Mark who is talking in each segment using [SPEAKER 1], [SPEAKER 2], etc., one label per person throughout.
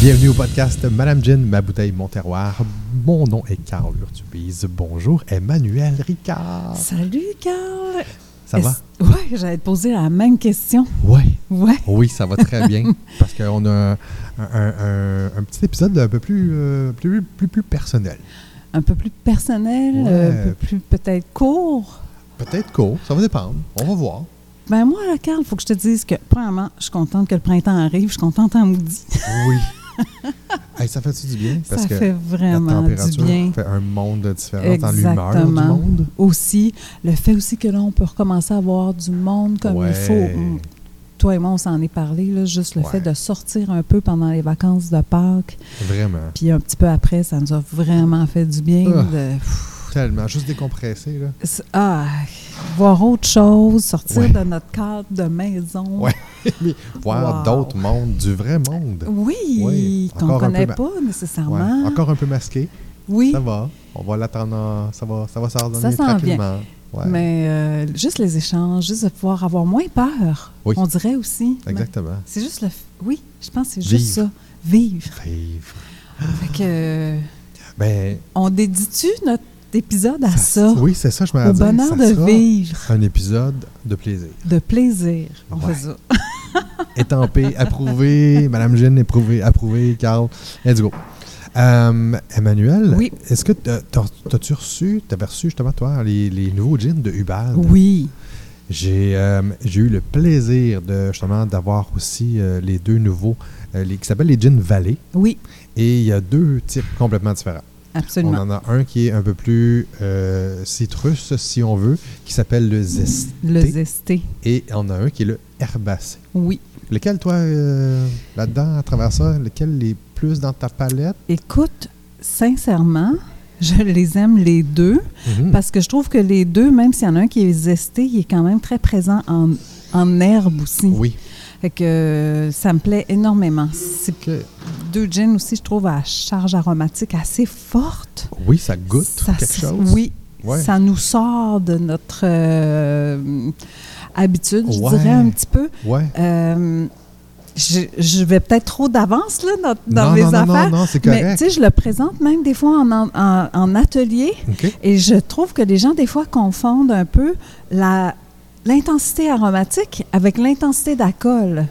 [SPEAKER 1] Bienvenue au podcast Madame Gin, ma bouteille, mon terroir. Mon nom est Carl Urtubise. Bonjour, Emmanuel Ricard.
[SPEAKER 2] Salut, Carl!
[SPEAKER 1] Ça va?
[SPEAKER 2] Oui, j'allais te poser la même question.
[SPEAKER 1] Oui.
[SPEAKER 2] Ouais.
[SPEAKER 1] Oui, ça va très bien. parce qu'on a un, un- un- un petit épisode un peu plus, euh, plus, plus, plus personnel.
[SPEAKER 2] Un peu plus personnel,
[SPEAKER 1] Ouais.
[SPEAKER 2] euh, un peu plus peut-être court.
[SPEAKER 1] Peut-être court, ça va dépendre. On va voir.
[SPEAKER 2] Ben moi, là, Carl, il faut que je te dise que, premièrement, je suis contente que le printemps arrive. Je suis contente en maudit.
[SPEAKER 1] Oui. Hey, ça fait-tu du bien? Parce
[SPEAKER 2] Ça
[SPEAKER 1] que
[SPEAKER 2] fait
[SPEAKER 1] la
[SPEAKER 2] vraiment du
[SPEAKER 1] température
[SPEAKER 2] bien.
[SPEAKER 1] fait un monde différent dans l'humeur du
[SPEAKER 2] Exactement.
[SPEAKER 1] monde.
[SPEAKER 2] Aussi, le fait aussi que là, on peut recommencer à voir du monde comme
[SPEAKER 1] Ouais.
[SPEAKER 2] il faut. Mm. Toi et moi, on s'en est parlé, là, juste le
[SPEAKER 1] Ouais.
[SPEAKER 2] fait de sortir un peu pendant les vacances de Pâques.
[SPEAKER 1] Vraiment.
[SPEAKER 2] Puis un petit peu après, ça nous a vraiment fait du bien.
[SPEAKER 1] Ah.
[SPEAKER 2] de-
[SPEAKER 1] Tellement. Juste décompressé, là.
[SPEAKER 2] S- Ah, voir autre chose, sortir
[SPEAKER 1] Ouais.
[SPEAKER 2] de notre cadre de maison.
[SPEAKER 1] Ouais. Mais voir
[SPEAKER 2] Wow.
[SPEAKER 1] d'autres mondes, du vrai monde.
[SPEAKER 2] Oui,
[SPEAKER 1] Oui,
[SPEAKER 2] qu'on ne
[SPEAKER 1] encore un peu
[SPEAKER 2] connaît
[SPEAKER 1] ma-
[SPEAKER 2] pas nécessairement.
[SPEAKER 1] Ouais, Encore un peu masqué.
[SPEAKER 2] oui,
[SPEAKER 1] Ça va. On va l'attendre. en- Ça va, ça va s'ordonner
[SPEAKER 2] Ça s'en vient.
[SPEAKER 1] tranquillement. Ouais,
[SPEAKER 2] mais euh, juste les échanges, juste de pouvoir avoir moins peur,
[SPEAKER 1] Oui.
[SPEAKER 2] on dirait aussi.
[SPEAKER 1] Exactement.
[SPEAKER 2] Mais C'est juste le... f- Oui, je pense que c'est
[SPEAKER 1] Vivre.
[SPEAKER 2] juste ça, vivre.
[SPEAKER 1] Vivre.
[SPEAKER 2] Fait que, euh,
[SPEAKER 1] Ben,
[SPEAKER 2] on dédie-tu notre épisode à ça,
[SPEAKER 1] Oui, c'est ça, je m'en
[SPEAKER 2] au bonheur de vivre,
[SPEAKER 1] Un épisode de plaisir.
[SPEAKER 2] de plaisir. On
[SPEAKER 1] Ouais.
[SPEAKER 2] fait ça.
[SPEAKER 1] Étampé, approuvé. Madame Jeanne, éprouvé, approuvé. Carl, let's go. Euh, Emmanuel,
[SPEAKER 2] Oui.
[SPEAKER 1] est-ce que t'as- t'as- t'as-tu reçu, t'avais reçu justement, toi, les, les nouveaux jeans de Hubal?
[SPEAKER 2] Oui,
[SPEAKER 1] J'ai euh, j'ai eu le plaisir de justement d'avoir aussi euh, les deux nouveaux, euh, les, qui s'appellent les jeans Valley.
[SPEAKER 2] oui,
[SPEAKER 1] Et il y a deux types complètement différents. On
[SPEAKER 2] absolument.
[SPEAKER 1] en a un qui est un peu plus euh, citrus, si on veut, qui s'appelle le zesté.
[SPEAKER 2] Le zesté,
[SPEAKER 1] Et on a un qui est le herbacé.
[SPEAKER 2] oui.
[SPEAKER 1] Lequel, toi, euh, là-dedans, à travers ça, lequel est plus dans ta palette?
[SPEAKER 2] Écoute, sincèrement, je les aime les deux
[SPEAKER 1] Mhm.
[SPEAKER 2] parce que je trouve que les deux, même s'il y en a un qui est zesté, il est quand même très présent en, en herbe aussi.
[SPEAKER 1] Oui.
[SPEAKER 2] Fait que euh, ça me plaît énormément. C'est
[SPEAKER 1] Ok.
[SPEAKER 2] deux gins aussi, je trouve, à charge aromatique assez forte.
[SPEAKER 1] Oui, ça goûte
[SPEAKER 2] Ça
[SPEAKER 1] quelque
[SPEAKER 2] se-
[SPEAKER 1] chose.
[SPEAKER 2] Oui.
[SPEAKER 1] Ouais.
[SPEAKER 2] Ça nous sort de notre euh, habitude, je
[SPEAKER 1] Ouais.
[SPEAKER 2] dirais un petit peu.
[SPEAKER 1] Ouais.
[SPEAKER 2] Euh, je, je vais peut-être trop d'avance là, dans, dans
[SPEAKER 1] non,
[SPEAKER 2] mes
[SPEAKER 1] non, non,
[SPEAKER 2] affaires.
[SPEAKER 1] non, non, c'est
[SPEAKER 2] Mais
[SPEAKER 1] correct.
[SPEAKER 2] tu sais, je le présente même des fois en, en- en- en atelier
[SPEAKER 1] OK.
[SPEAKER 2] et je trouve que les gens des fois confondent un peu la l'intensité aromatique avec l'intensité d'alcool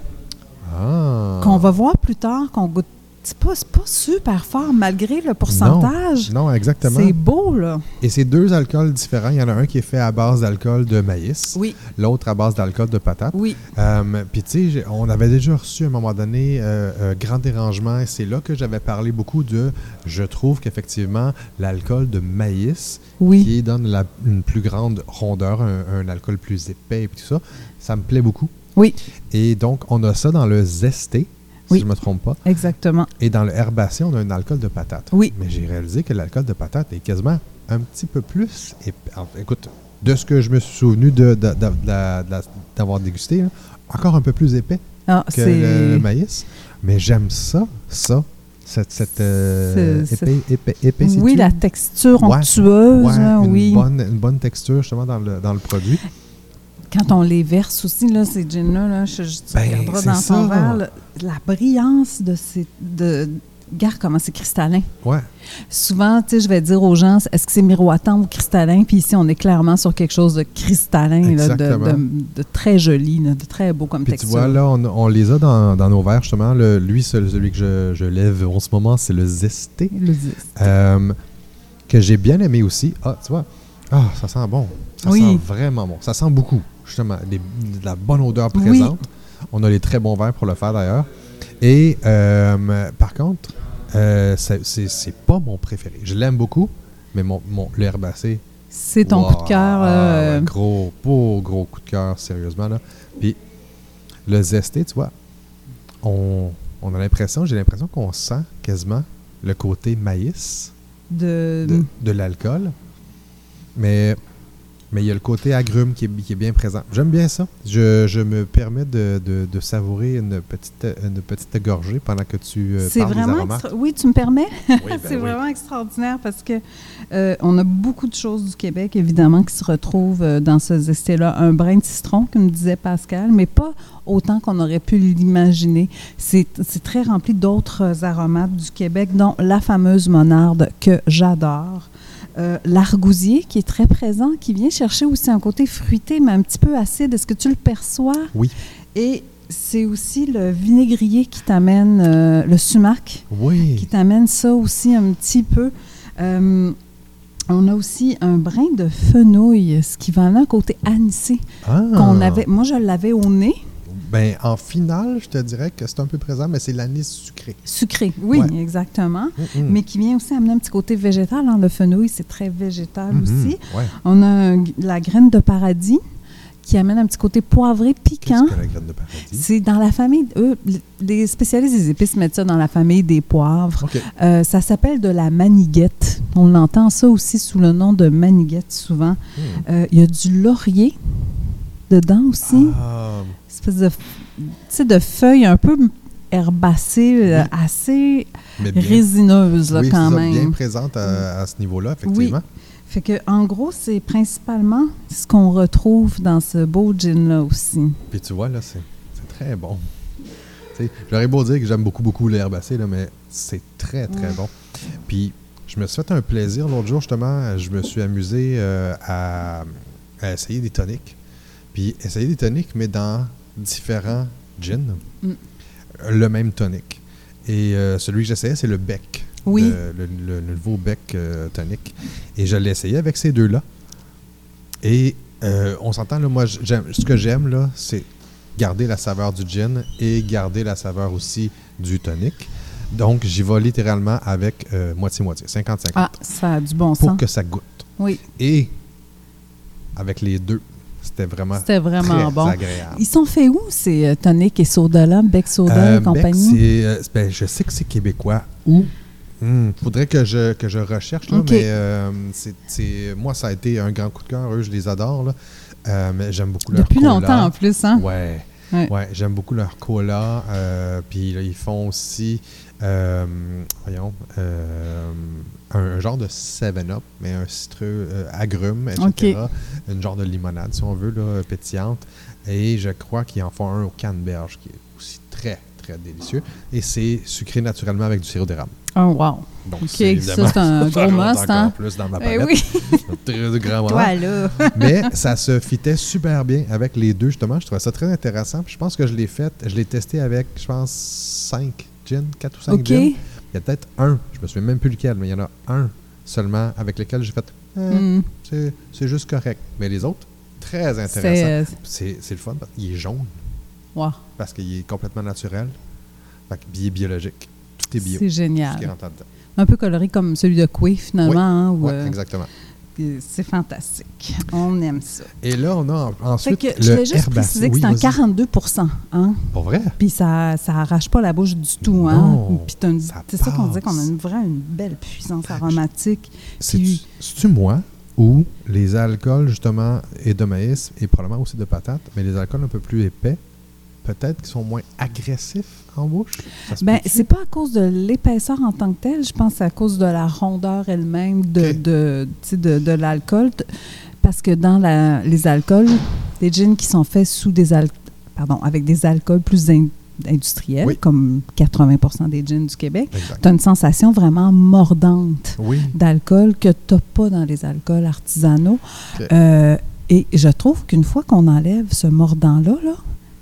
[SPEAKER 1] Ah.
[SPEAKER 2] qu'on va voir plus tard, qu'on goûte. C'est pas, c'est pas super fort malgré le pourcentage.
[SPEAKER 1] Non, exactement.
[SPEAKER 2] C'est beau, là.
[SPEAKER 1] Et c'est deux alcools différents. Il y en a un qui est fait à base d'alcool de maïs,
[SPEAKER 2] Oui,
[SPEAKER 1] l'autre à base d'alcool de patate.
[SPEAKER 2] oui.
[SPEAKER 1] Euh, Puis, tu sais, j'ai- on avait déjà reçu à un moment donné euh, euh, Grand Dérangement, et c'est là que j'avais parlé beaucoup de. Je trouve qu'effectivement, l'alcool de maïs,
[SPEAKER 2] Oui,
[SPEAKER 1] qui donne la- une plus grande rondeur, un, un alcool plus épais et tout ça, ça me plaît beaucoup.
[SPEAKER 2] Oui.
[SPEAKER 1] Et donc, on a ça dans le zesté, si
[SPEAKER 2] Oui.
[SPEAKER 1] je ne me trompe pas.
[SPEAKER 2] exactement.
[SPEAKER 1] Et dans le herbacé, on a un alcool de patate.
[SPEAKER 2] Oui.
[SPEAKER 1] Mais j'ai réalisé que l'alcool de patate est quasiment un petit peu plus. ép- en- Écoute, de ce que je me suis souvenu de- de- de- de la- de la- d'avoir dégusté, là, encore un peu plus épais
[SPEAKER 2] Ah,
[SPEAKER 1] que
[SPEAKER 2] c'est
[SPEAKER 1] le, le maïs. Mais j'aime ça, ça, cette, cette euh,
[SPEAKER 2] C'est-
[SPEAKER 1] épais, épais, épaissitude.
[SPEAKER 2] oui, la texture
[SPEAKER 1] Ouais.
[SPEAKER 2] onctueuse,
[SPEAKER 1] Ouais,
[SPEAKER 2] là,
[SPEAKER 1] une,
[SPEAKER 2] oui.
[SPEAKER 1] bonne, une bonne texture justement dans le, dans le produit.
[SPEAKER 2] Quand on les verse aussi, là, ces gins-là, là, je, je- tu
[SPEAKER 1] Ben,
[SPEAKER 2] regarderas
[SPEAKER 1] c'est
[SPEAKER 2] dans
[SPEAKER 1] ça.
[SPEAKER 2] ton verre, là, la brillance de ces... De, regarde comment c'est cristallin.
[SPEAKER 1] Ouais.
[SPEAKER 2] Souvent, tu sais, je vais dire aux gens, est-ce que c'est miroitant ou cristallin? Puis ici, on est clairement sur quelque chose de cristallin, là, de,
[SPEAKER 1] Exactement.
[SPEAKER 2] de- de très joli, là, de très beau comme
[SPEAKER 1] Puis tu
[SPEAKER 2] texture.
[SPEAKER 1] vois, là, on, on les a dans, dans nos verres justement. Le, lui, celui celui que je, je lève en ce moment, c'est le zesté.
[SPEAKER 2] Le zeste.
[SPEAKER 1] Euh, que j'ai bien aimé aussi. Ah, tu vois. Ah, ça sent bon. Ça
[SPEAKER 2] Oui.
[SPEAKER 1] sent vraiment bon. Ça sent beaucoup, justement. Des- de la bonne odeur
[SPEAKER 2] Oui.
[SPEAKER 1] présente. On a les très bons verres pour le faire, d'ailleurs. Et euh, par contre, euh, c'est- c'est c'est pas mon préféré. Je l'aime beaucoup, mais mon, mon, le herbacé...
[SPEAKER 2] C'est ton
[SPEAKER 1] wow,
[SPEAKER 2] coup de cœur. euh,
[SPEAKER 1] ouais, gros, beau, gros coup de cœur, sérieusement. Là. Puis le zesté, tu vois, on, on a l'impression, j'ai l'impression qu'on sent quasiment le côté maïs
[SPEAKER 2] de...
[SPEAKER 1] de, de l'alcool. Mais Mais il y a le côté agrume qui est, qui est bien présent. J'aime bien ça. Je, je me permets de, de- de savourer une petite, une petite gorgée pendant que tu euh,
[SPEAKER 2] C'est
[SPEAKER 1] parles des
[SPEAKER 2] vraiment.
[SPEAKER 1] aromates.
[SPEAKER 2] extra- Oui, tu me permets?
[SPEAKER 1] Oui,
[SPEAKER 2] c'est vraiment extraordinaire parce que euh, on a beaucoup de choses du Québec, évidemment, qui se retrouvent euh, dans ce zesté-là. Un brin de citron, comme disait Pascal, mais pas autant qu'on aurait pu l'imaginer. C'est c'est très rempli d'autres aromates du Québec, dont la fameuse monarde que j'adore. Euh, L'argousier qui est très présent, qui vient chercher aussi un côté fruité, mais un petit peu acide. Est-ce que tu le perçois?
[SPEAKER 1] Oui.
[SPEAKER 2] Et c'est aussi le vinaigrier qui t'amène euh, le sumac qui
[SPEAKER 1] Oui.
[SPEAKER 2] t'amène ça aussi un petit peu. Euh, on a aussi un brin de fenouil, ce qui va aller un côté anisé
[SPEAKER 1] Ah.
[SPEAKER 2] qu'on avait. Moi, je l'avais au nez,
[SPEAKER 1] Ben, en finale, je te dirais que c'est un peu présent, mais c'est l'anis sucré.
[SPEAKER 2] sucré. Oui,
[SPEAKER 1] Ouais.
[SPEAKER 2] exactement.
[SPEAKER 1] Mm, mm.
[SPEAKER 2] Mais qui vient aussi amener un petit côté végétal. hein. Le fenouil, c'est très végétal
[SPEAKER 1] Mhm.
[SPEAKER 2] aussi.
[SPEAKER 1] Ouais.
[SPEAKER 2] On a un- la graine de paradis qui amène un petit côté poivré,
[SPEAKER 1] Qu'est-ce
[SPEAKER 2] piquant.
[SPEAKER 1] que la graine de paradis?
[SPEAKER 2] C'est dans la famille, eux, les spécialistes des épices mettent ça dans la famille des poivres.
[SPEAKER 1] OK.
[SPEAKER 2] Euh, ça s'appelle de la maniguette. On l'entend ça aussi sous le nom de maniguette souvent.
[SPEAKER 1] Mm.
[SPEAKER 2] Euh, Il y a du laurier dedans aussi,
[SPEAKER 1] Ah,
[SPEAKER 2] espèce de, f- tu sais, de feuille un peu herbacée, euh, assez
[SPEAKER 1] mais bien-
[SPEAKER 2] résineuse là,
[SPEAKER 1] oui,
[SPEAKER 2] quand
[SPEAKER 1] c'est ça,
[SPEAKER 2] même.
[SPEAKER 1] bien présente à, à ce niveau-là, effectivement.
[SPEAKER 2] Fait que, en gros, c'est principalement ce qu'on retrouve dans ce beau gin-là aussi.
[SPEAKER 1] Puis tu vois, là, c'est c'est très bon. Tu sais, J'aurais beau dire que j'aime beaucoup, beaucoup les herbacées, là, mais c'est très, très
[SPEAKER 2] Ouais.
[SPEAKER 1] bon. Puis je me suis fait un plaisir l'autre jour, justement. Je me suis amusé euh, à, à essayer des toniques. Puis essayer des toniques, mais dans différents gins.
[SPEAKER 2] Mm.
[SPEAKER 1] Le même tonique. Et euh, celui que j'essayais, c'est le bec.
[SPEAKER 2] Oui.
[SPEAKER 1] Le, le- le- le nouveau bec euh, tonique. Et je l'ai essayé avec ces deux-là. Et euh, on s'entend, là, moi, j'aime- ce que j'aime, là, c'est garder la saveur du gin et garder la saveur aussi du tonic. Donc, j'y vais littéralement avec euh, moitié-moitié, 50-50,
[SPEAKER 2] Ah, ça a du bon
[SPEAKER 1] pour
[SPEAKER 2] sens.
[SPEAKER 1] que ça goûte.
[SPEAKER 2] Oui,
[SPEAKER 1] Et avec les deux, c'était vraiment,
[SPEAKER 2] c'était vraiment
[SPEAKER 1] très
[SPEAKER 2] bon.
[SPEAKER 1] agréable.
[SPEAKER 2] Ils sont faits où, ces euh, tonic et soda-là, Bec Soda
[SPEAKER 1] Euh,
[SPEAKER 2] et
[SPEAKER 1] Beck,
[SPEAKER 2] compagnie?
[SPEAKER 1] c'est, euh, ben, je sais que c'est québécois. Ou? faudrait que je, que je recherche, là,
[SPEAKER 2] Ok.
[SPEAKER 1] mais euh, c'est- c'est- moi, ça a été un grand coup de cœur. Eux, je les adore. Là. Euh, mais j'aime beaucoup leur
[SPEAKER 2] Depuis
[SPEAKER 1] cola.
[SPEAKER 2] longtemps en plus, hein?
[SPEAKER 1] Ouais.
[SPEAKER 2] Ouais.
[SPEAKER 1] Ouais, j'aime beaucoup leur cola. euh, Puis là, ils font aussi, euh, voyons, euh, un, un genre de 7-Up, mais un citreux euh, agrume, etc. Une genre de limonade, si on veut, là, pétillante. Et je crois qu'ils en font un au canneberge, qui est aussi très, très délicieux. Et c'est sucré naturellement avec du sirop d'érable.
[SPEAKER 2] Oh, wow.
[SPEAKER 1] Donc,
[SPEAKER 2] OK,
[SPEAKER 1] c'est
[SPEAKER 2] ça,
[SPEAKER 1] évidemment-
[SPEAKER 2] c'est
[SPEAKER 1] ça
[SPEAKER 2] un gros
[SPEAKER 1] rentre
[SPEAKER 2] must,
[SPEAKER 1] encore
[SPEAKER 2] hein?
[SPEAKER 1] plus dans ma
[SPEAKER 2] Eh
[SPEAKER 1] palette.
[SPEAKER 2] oui,
[SPEAKER 1] Très grand moment
[SPEAKER 2] toi, là.
[SPEAKER 1] mais ça se fitait super bien avec les deux, justement. Je trouvais ça très intéressant. Puis je pense que je l'ai fait, je l'ai testé avec, je pense, 5 gins, 4 ou 5
[SPEAKER 2] OK.
[SPEAKER 1] gins. Il y a peut-être un, je me souviens même plus lequel, mais il y en a un seulement avec lequel j'ai fait, Euh,
[SPEAKER 2] Mm.
[SPEAKER 1] c'est- c'est juste correct. Mais les autres, très
[SPEAKER 2] C'est...
[SPEAKER 1] intéressant.
[SPEAKER 2] euh,
[SPEAKER 1] C'est c'est le fun, parce qu'il est jaune,
[SPEAKER 2] wow.
[SPEAKER 1] parce qu'il est complètement naturel, fait que- puis il est biologique. Tout est bio. Tout ce
[SPEAKER 2] C'est
[SPEAKER 1] qui
[SPEAKER 2] génial.
[SPEAKER 1] rentre là-dedans.
[SPEAKER 2] Un peu coloré comme celui de Coué, finalement. hein, où,
[SPEAKER 1] Ouais,
[SPEAKER 2] euh,
[SPEAKER 1] exactement.
[SPEAKER 2] c'est fantastique. On aime ça.
[SPEAKER 1] Et là, on a en-
[SPEAKER 2] Fait
[SPEAKER 1] ensuite
[SPEAKER 2] que
[SPEAKER 1] le
[SPEAKER 2] je voulais juste
[SPEAKER 1] herbacé.
[SPEAKER 2] préciser que
[SPEAKER 1] Oui,
[SPEAKER 2] c'est un
[SPEAKER 1] vas-y.
[SPEAKER 2] 42 hein?
[SPEAKER 1] Pour vrai?
[SPEAKER 2] Puis ça, ça arrache pas la bouche du tout, hein?
[SPEAKER 1] Non,
[SPEAKER 2] Puis t'as une-
[SPEAKER 1] Oh, ça
[SPEAKER 2] c'est ça qu'on
[SPEAKER 1] passe.
[SPEAKER 2] disait qu'on a une vraie, une belle puissance aromatique.
[SPEAKER 1] C'est-tu
[SPEAKER 2] Puis-
[SPEAKER 1] c'est-tu moi ou les alcools, justement, et de maïs, et probablement aussi de patates, mais les alcools un peu plus épais, peut-être qu'ils sont moins agressifs en bouche? Ça se
[SPEAKER 2] Ben,
[SPEAKER 1] peut-tu?
[SPEAKER 2] c'est pas à cause de l'épaisseur en tant que telle, je pense que c'est à cause de la rondeur elle-même de,
[SPEAKER 1] Ok.
[SPEAKER 2] de, tu sais, de, de l'alcool. T- Parce que dans la- les alcools, les gins qui sont faits sous des al- pardon, avec des alcools plus in- industriels,
[SPEAKER 1] Oui.
[SPEAKER 2] comme 80 des gins du Québec,
[SPEAKER 1] Exact.
[SPEAKER 2] tu as une sensation vraiment mordante
[SPEAKER 1] Oui,
[SPEAKER 2] d'alcool que tu pas dans les alcools artisanaux.
[SPEAKER 1] Ok.
[SPEAKER 2] Euh, et je trouve qu'une fois qu'on enlève ce mordant-là, là,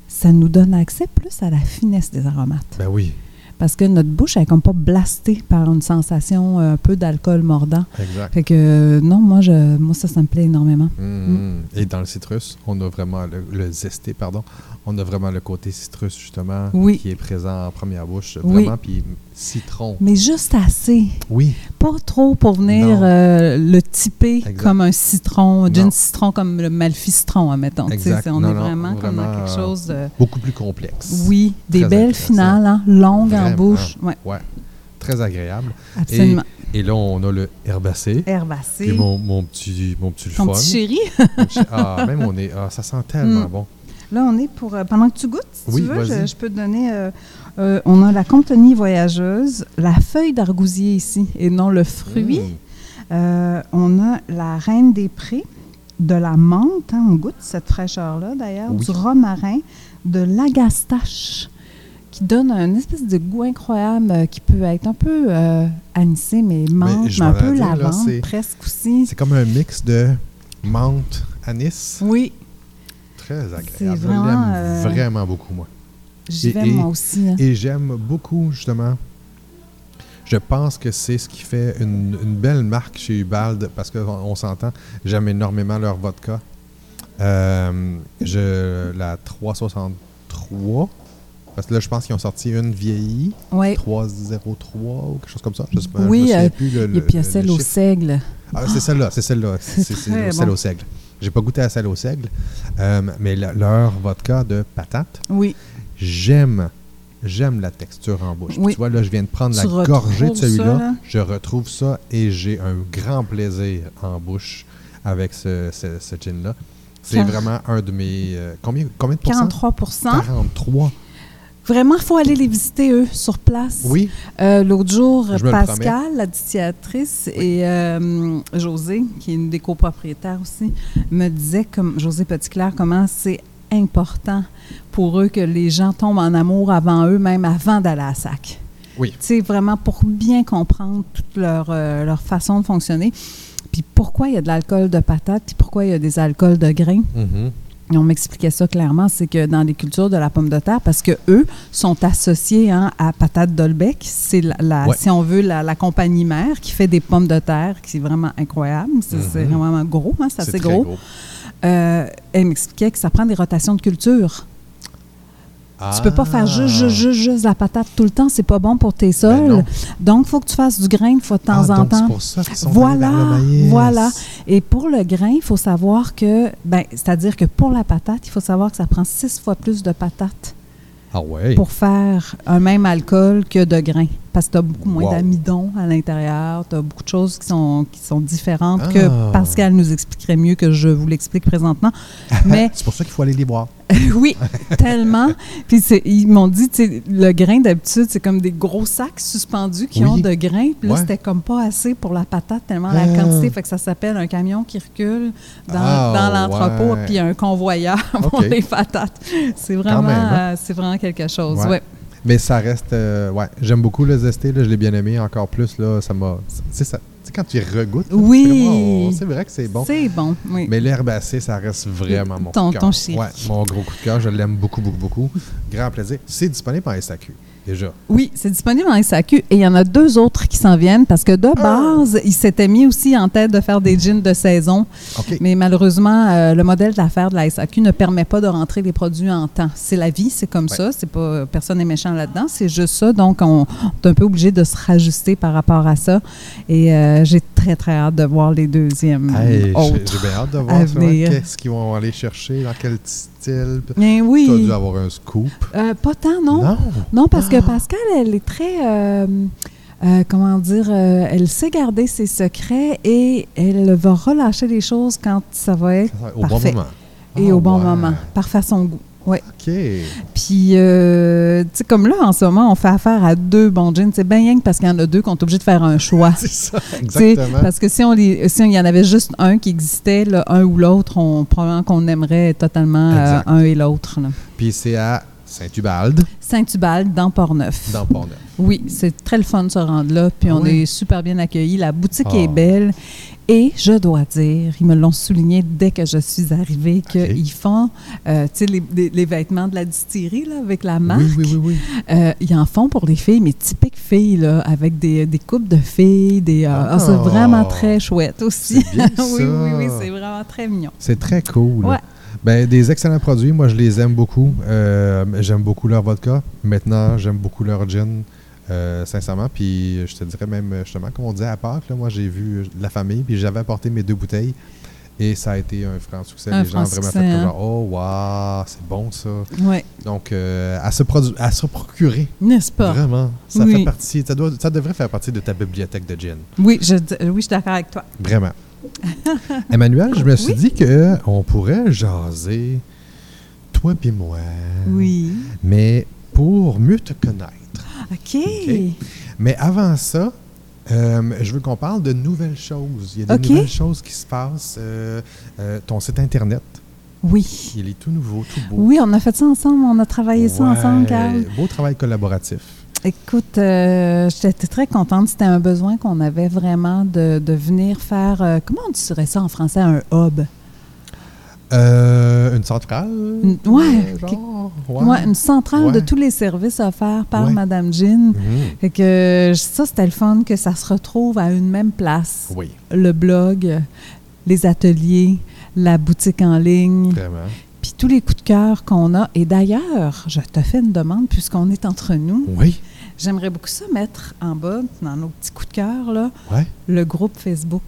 [SPEAKER 2] ça nous donne accès plus à la finesse des aromates.
[SPEAKER 1] ben oui,
[SPEAKER 2] Parce que notre bouche, elle est comme pas blastée par une sensation euh, un peu d'alcool mordant.
[SPEAKER 1] exact.
[SPEAKER 2] Fait que euh, non, moi, je, moi ça, ça me plaît énormément.
[SPEAKER 1] Mm. Et dans le citrus, on a vraiment le, le zesté, pardon, on a vraiment le côté citrus, justement,
[SPEAKER 2] Oui.
[SPEAKER 1] qui est présent en première bouche,
[SPEAKER 2] Oui.
[SPEAKER 1] vraiment, puis citron.
[SPEAKER 2] Mais juste assez.
[SPEAKER 1] Oui,
[SPEAKER 2] Pas trop pour venir
[SPEAKER 1] Non.
[SPEAKER 2] euh, le typer
[SPEAKER 1] Exact.
[SPEAKER 2] comme un citron, un gin
[SPEAKER 1] Non.
[SPEAKER 2] citron comme le Malfi citron, admettons. Tu sais,
[SPEAKER 1] Exact.
[SPEAKER 2] c'est- On
[SPEAKER 1] Non,
[SPEAKER 2] est
[SPEAKER 1] non,
[SPEAKER 2] vraiment, comme dans
[SPEAKER 1] vraiment,
[SPEAKER 2] quelque
[SPEAKER 1] euh,
[SPEAKER 2] chose de...
[SPEAKER 1] beaucoup plus complexe.
[SPEAKER 2] Oui, des
[SPEAKER 1] très
[SPEAKER 2] belles
[SPEAKER 1] intéressant.
[SPEAKER 2] finales, hein, longues en
[SPEAKER 1] Vraiment.
[SPEAKER 2] bouche. Oui,
[SPEAKER 1] Ouais, très agréable.
[SPEAKER 2] absolument.
[SPEAKER 1] Et là, on a le herbacé.
[SPEAKER 2] Herbacé.
[SPEAKER 1] Puis mon, mon petit, mon petit le
[SPEAKER 2] Ton
[SPEAKER 1] fun.
[SPEAKER 2] petit chéri.
[SPEAKER 1] Mon petit- Ah, même on est. Ah, ça sent tellement
[SPEAKER 2] Mm.
[SPEAKER 1] bon.
[SPEAKER 2] Là, on est pour. euh, pendant que tu goûtes, si
[SPEAKER 1] Oui,
[SPEAKER 2] tu veux, je,
[SPEAKER 1] vas-y.
[SPEAKER 2] je peux te donner. euh, euh, on a la compagnie voyageuse, la feuille d'argousier ici, et non le fruit.
[SPEAKER 1] Mm.
[SPEAKER 2] Euh, on a la reine des prés, de la menthe, hein, on goûte cette fraîcheur-là d'ailleurs,
[SPEAKER 1] Oui.
[SPEAKER 2] du romarin, de l'agastache, qui donne un espèce de goût incroyable euh, qui peut être un peu euh, anisé, mais menthe, mais,
[SPEAKER 1] je
[SPEAKER 2] un
[SPEAKER 1] m'en
[SPEAKER 2] peu
[SPEAKER 1] allais dire, là,
[SPEAKER 2] lavande
[SPEAKER 1] c'est-
[SPEAKER 2] presque aussi.
[SPEAKER 1] C'est comme un mix de menthe, anis.
[SPEAKER 2] Oui,
[SPEAKER 1] Très agréable.
[SPEAKER 2] C'est
[SPEAKER 1] Je
[SPEAKER 2] vraiment,
[SPEAKER 1] l'aime
[SPEAKER 2] euh,
[SPEAKER 1] vraiment beaucoup, moi.
[SPEAKER 2] j'y
[SPEAKER 1] Et-
[SPEAKER 2] vais
[SPEAKER 1] et-
[SPEAKER 2] moi aussi. hein.
[SPEAKER 1] Et j'aime beaucoup, justement. Je pense que c'est ce qui fait une, une belle marque chez Ubald, parce qu'on on, s'entend, j'aime énormément leur vodka. Euh, je, la 363, parce que là, je pense qu'ils ont sorti une vieillie,
[SPEAKER 2] Ouais.
[SPEAKER 1] 303 ou quelque chose comme ça. Je sais pas, je
[SPEAKER 2] Oui,
[SPEAKER 1] me souviens
[SPEAKER 2] euh,
[SPEAKER 1] plus le- le-
[SPEAKER 2] Et puis il y a
[SPEAKER 1] le
[SPEAKER 2] celle au
[SPEAKER 1] chiffre.
[SPEAKER 2] seigle.
[SPEAKER 1] Ah, c'est celle-là, c'est celle-là.
[SPEAKER 2] C'est
[SPEAKER 1] C'est c'est
[SPEAKER 2] très
[SPEAKER 1] le- celle
[SPEAKER 2] bon.
[SPEAKER 1] au seigle. J'ai pas goûté à celle au seigle, euh, mais la- leur vodka de patate,
[SPEAKER 2] Oui,
[SPEAKER 1] j'aime. J'aime la texture en bouche. Puis
[SPEAKER 2] Oui.
[SPEAKER 1] Tu vois, là, je viens de prendre
[SPEAKER 2] Tu
[SPEAKER 1] la
[SPEAKER 2] retrouves
[SPEAKER 1] gorgée de
[SPEAKER 2] ça,
[SPEAKER 1] celui-là.
[SPEAKER 2] là?
[SPEAKER 1] Je retrouve ça et j'ai un grand plaisir en bouche avec ce, ce, ce gin-là. C'est
[SPEAKER 2] Quar-
[SPEAKER 1] vraiment un de mes. euh, combien, combien de pourcents
[SPEAKER 2] 43
[SPEAKER 1] 43.
[SPEAKER 2] Vraiment, il faut aller les visiter, eux, sur place.
[SPEAKER 1] Oui,
[SPEAKER 2] Euh, L'autre jour,
[SPEAKER 1] Je me le
[SPEAKER 2] Pascal, la distillatrice, et euh, José, qui est une des copropriétaires aussi, me disait, comme José Petitclerc, comment c'est important pour eux que les gens tombent en amour avant eux, même avant d'aller à SAC.
[SPEAKER 1] Oui.
[SPEAKER 2] Tu sais, vraiment pour bien comprendre toute leur, euh, leur façon de fonctionner. Puis pourquoi il y a de l'alcool de patate, puis pourquoi il y a des alcools de grains.
[SPEAKER 1] Mhm.
[SPEAKER 2] Et on m'expliquait ça clairement, c'est que dans les cultures de la pomme de terre, parce que eux sont associés hein, à patate d'Olbec, c'est la, la-
[SPEAKER 1] Ouais.
[SPEAKER 2] si on veut la, la compagnie mère qui fait des pommes de terre, qui est vraiment incroyable, c'est c'est
[SPEAKER 1] Mhm.
[SPEAKER 2] vraiment gros, hein, c'est
[SPEAKER 1] très
[SPEAKER 2] assez gros. Euh, elle m'expliquait que ça prend des rotations de culture. Tu peux pas faire juste, juste, juste, juste la patate tout le temps, c'est pas bon pour
[SPEAKER 1] Ah.
[SPEAKER 2] tes
[SPEAKER 1] Ben
[SPEAKER 2] sols.
[SPEAKER 1] non.
[SPEAKER 2] donc, il faut que tu fasses du grain une fois de temps
[SPEAKER 1] Ah,
[SPEAKER 2] en
[SPEAKER 1] donc
[SPEAKER 2] temps.
[SPEAKER 1] C'est pour ça qu'ils sont allés
[SPEAKER 2] Voilà,
[SPEAKER 1] vers le maïs.
[SPEAKER 2] voilà. Et pour le grain, il faut savoir que, ben, c'est-à-dire que pour la patate, il faut savoir que ça prend six fois plus de patates
[SPEAKER 1] Ah ouais.
[SPEAKER 2] pour faire un même alcool que de grain. Parce que tu as beaucoup moins
[SPEAKER 1] Wow.
[SPEAKER 2] d'amidon à l'intérieur, tu as beaucoup de choses qui sont, qui sont différentes
[SPEAKER 1] Ah.
[SPEAKER 2] que Pascal nous expliquerait mieux que je vous l'explique présentement. Mais
[SPEAKER 1] C'est pour ça qu'il faut aller les boire.
[SPEAKER 2] oui, tellement. Puis c'est- ils m'ont dit, tu sais, le grain d'habitude, c'est comme des gros sacs suspendus qui
[SPEAKER 1] Oui.
[SPEAKER 2] ont de grain. Puis là,
[SPEAKER 1] Ouais.
[SPEAKER 2] c'était comme pas assez pour la patate, tellement la
[SPEAKER 1] Ah.
[SPEAKER 2] quantité. Fait que ça s'appelle un camion qui recule dans,
[SPEAKER 1] Ah,
[SPEAKER 2] dans l'entrepôt,
[SPEAKER 1] ouais.
[SPEAKER 2] puis un convoyeur pour
[SPEAKER 1] OK.
[SPEAKER 2] les patates. C'est vraiment,
[SPEAKER 1] même, hein?
[SPEAKER 2] euh, c'est vraiment quelque chose.
[SPEAKER 1] Ouais.
[SPEAKER 2] Ouais.
[SPEAKER 1] Mais ça reste. euh, ouais, j'aime beaucoup le zesté, là, je l'ai bien aimé encore plus. Là, ça m'a. C'est ça. Tu sais, quand tu y regoutes, là,
[SPEAKER 2] Oui.
[SPEAKER 1] c'est comme, oh, c'est vrai que c'est bon.
[SPEAKER 2] C'est bon, oui.
[SPEAKER 1] Mais l'herbacée, ça reste vraiment mon
[SPEAKER 2] Ton-
[SPEAKER 1] coup de cœur.
[SPEAKER 2] ton chéri.
[SPEAKER 1] Ouais, mon gros coup de cœur, je l'aime beaucoup, beaucoup, beaucoup. Grand plaisir. C'est disponible en SAQ, déjà.
[SPEAKER 2] Oui, c'est disponible en SAQ et il y en a deux autres qui s'en viennent parce que de base, ils s'étaient mis aussi en tête de faire des jeans de saison.
[SPEAKER 1] OK.
[SPEAKER 2] Mais malheureusement, euh, le modèle d'affaires de la SAQ ne permet pas de rentrer les produits en temps. C'est la vie, c'est comme
[SPEAKER 1] Ouais.
[SPEAKER 2] ça. C'est pas euh, personne n'est méchant là-dedans. C'est juste ça. Donc, on, on est un peu obligé de se rajuster par rapport à ça. Et euh, j'ai très très hâte de voir les deuxièmes
[SPEAKER 1] Hey, j'ai-
[SPEAKER 2] autres.
[SPEAKER 1] j'ai bien hâte de
[SPEAKER 2] à
[SPEAKER 1] voir ça. hein.
[SPEAKER 2] venir.
[SPEAKER 1] Qu'est-ce qu'ils vont aller chercher, dans quel style. Tu as dû
[SPEAKER 2] Bien oui,
[SPEAKER 1] avoir un scoop.
[SPEAKER 2] Euh, pas tant non. non. parce
[SPEAKER 1] Ah.
[SPEAKER 2] que Pascal, elle est très euh, euh, comment dire, euh, elle sait garder ses secrets et elle va relâcher les choses quand ça va être
[SPEAKER 1] Au
[SPEAKER 2] Parfait.
[SPEAKER 1] bon moment.
[SPEAKER 2] et
[SPEAKER 1] Ah,
[SPEAKER 2] au bon
[SPEAKER 1] ouais.
[SPEAKER 2] moment, parfait à son goût. Ouais.
[SPEAKER 1] OK.
[SPEAKER 2] Puis, euh, tu sais, comme là, en ce moment, on fait affaire à deux bons jeans. C'est bien rien que parce qu'il y en a deux qu'on est obligé de faire un choix.
[SPEAKER 1] C'est ça,
[SPEAKER 2] Tu sais,
[SPEAKER 1] exactement.
[SPEAKER 2] Parce que si on les- si il y en avait juste un qui existait, là, un ou l'autre, on probablement qu'on aimerait totalement euh,
[SPEAKER 1] Exact.
[SPEAKER 2] un et l'autre. là.
[SPEAKER 1] Puis c'est à Saint-Ubalde,
[SPEAKER 2] Saint-Hubald dans Portneuf.
[SPEAKER 1] dans Pont-Neuf.
[SPEAKER 2] Oui, c'est très le fun de se rendre là, puis
[SPEAKER 1] Ah
[SPEAKER 2] on
[SPEAKER 1] oui?
[SPEAKER 2] est super bien accueillis. La boutique
[SPEAKER 1] Ah.
[SPEAKER 2] est belle. Et je dois dire, ils me l'ont souligné dès que je suis arrivée, qu'ils
[SPEAKER 1] Ok.
[SPEAKER 2] font, euh, tu sais, les, les- les vêtements de la distillerie, là, avec la marque.
[SPEAKER 1] Oui, oui, oui, oui.
[SPEAKER 2] Euh, ils en font pour les filles, mais typiques filles, là, avec des, des coupes de filles. Des, euh, ah, c'est
[SPEAKER 1] Oh.
[SPEAKER 2] vraiment très chouette aussi.
[SPEAKER 1] C'est bien, ça.
[SPEAKER 2] oui, oui, oui, c'est vraiment très mignon.
[SPEAKER 1] C'est très cool.
[SPEAKER 2] Ouais.
[SPEAKER 1] Ben, des excellents produits. Moi, je les aime beaucoup. Euh, j'aime beaucoup leur vodka. Maintenant, j'aime beaucoup leur gin, euh, sincèrement. Puis, je te dirais même, justement, comme on disait à Pâques, là, moi, j'ai vu euh, la famille, puis j'avais apporté mes deux bouteilles. Et ça a été un franc succès. Un Les gens ont vraiment fait
[SPEAKER 2] hein?
[SPEAKER 1] comme genre, oh, waouh, c'est bon ça.
[SPEAKER 2] Ouais.
[SPEAKER 1] Donc, euh, à, se à se procurer.
[SPEAKER 2] N'est-ce pas?
[SPEAKER 1] Vraiment. Ça
[SPEAKER 2] Oui.
[SPEAKER 1] fait partie, ça, doit, ça devrait faire partie de ta bibliothèque de gin.
[SPEAKER 2] Oui, je, oui, je suis d'accord avec toi.
[SPEAKER 1] Vraiment. Emmanuel, je me suis dit que on pourrait jaser, toi puis moi. Euh.
[SPEAKER 2] Oui.
[SPEAKER 1] Mais pour mieux te connaître.
[SPEAKER 2] OK.
[SPEAKER 1] Mais avant ça, euh, je veux qu'on parle de nouvelles choses. Il y a des
[SPEAKER 2] Ok.
[SPEAKER 1] nouvelles choses qui se passent. Euh, euh, ton site Internet,
[SPEAKER 2] Oui.
[SPEAKER 1] il est tout nouveau, tout beau.
[SPEAKER 2] Oui, on a fait ça ensemble. On a travaillé ça
[SPEAKER 1] Ouais,
[SPEAKER 2] ensemble, Carl.
[SPEAKER 1] Beau travail collaboratif.
[SPEAKER 2] Écoute, euh, j'étais très contente. C'était un besoin qu'on avait vraiment de, de venir faire, euh, comment on dirait ça en français, un hub?
[SPEAKER 1] Euh, une centrale?
[SPEAKER 2] Une-
[SPEAKER 1] euh,
[SPEAKER 2] ouais, ok.
[SPEAKER 1] genre, ouais.
[SPEAKER 2] Ouais, une centrale de
[SPEAKER 1] Ouais.
[SPEAKER 2] tous les services offerts par
[SPEAKER 1] Ouais.
[SPEAKER 2] Madame Jean.
[SPEAKER 1] Mhm.
[SPEAKER 2] Fait que euh, ça, c'était le fun que ça se retrouve à une même place.
[SPEAKER 1] Oui,
[SPEAKER 2] Le blog, euh, les ateliers, la boutique en ligne,
[SPEAKER 1] vraiment.
[SPEAKER 2] puis tous les coups de cœur qu'on a. Et d'ailleurs, je te fais une demande, puisqu'on est entre nous.
[SPEAKER 1] Oui,
[SPEAKER 2] J'aimerais beaucoup ça mettre en bas, dans nos petits coups de cœur, là,
[SPEAKER 1] ouais.
[SPEAKER 2] le groupe Facebook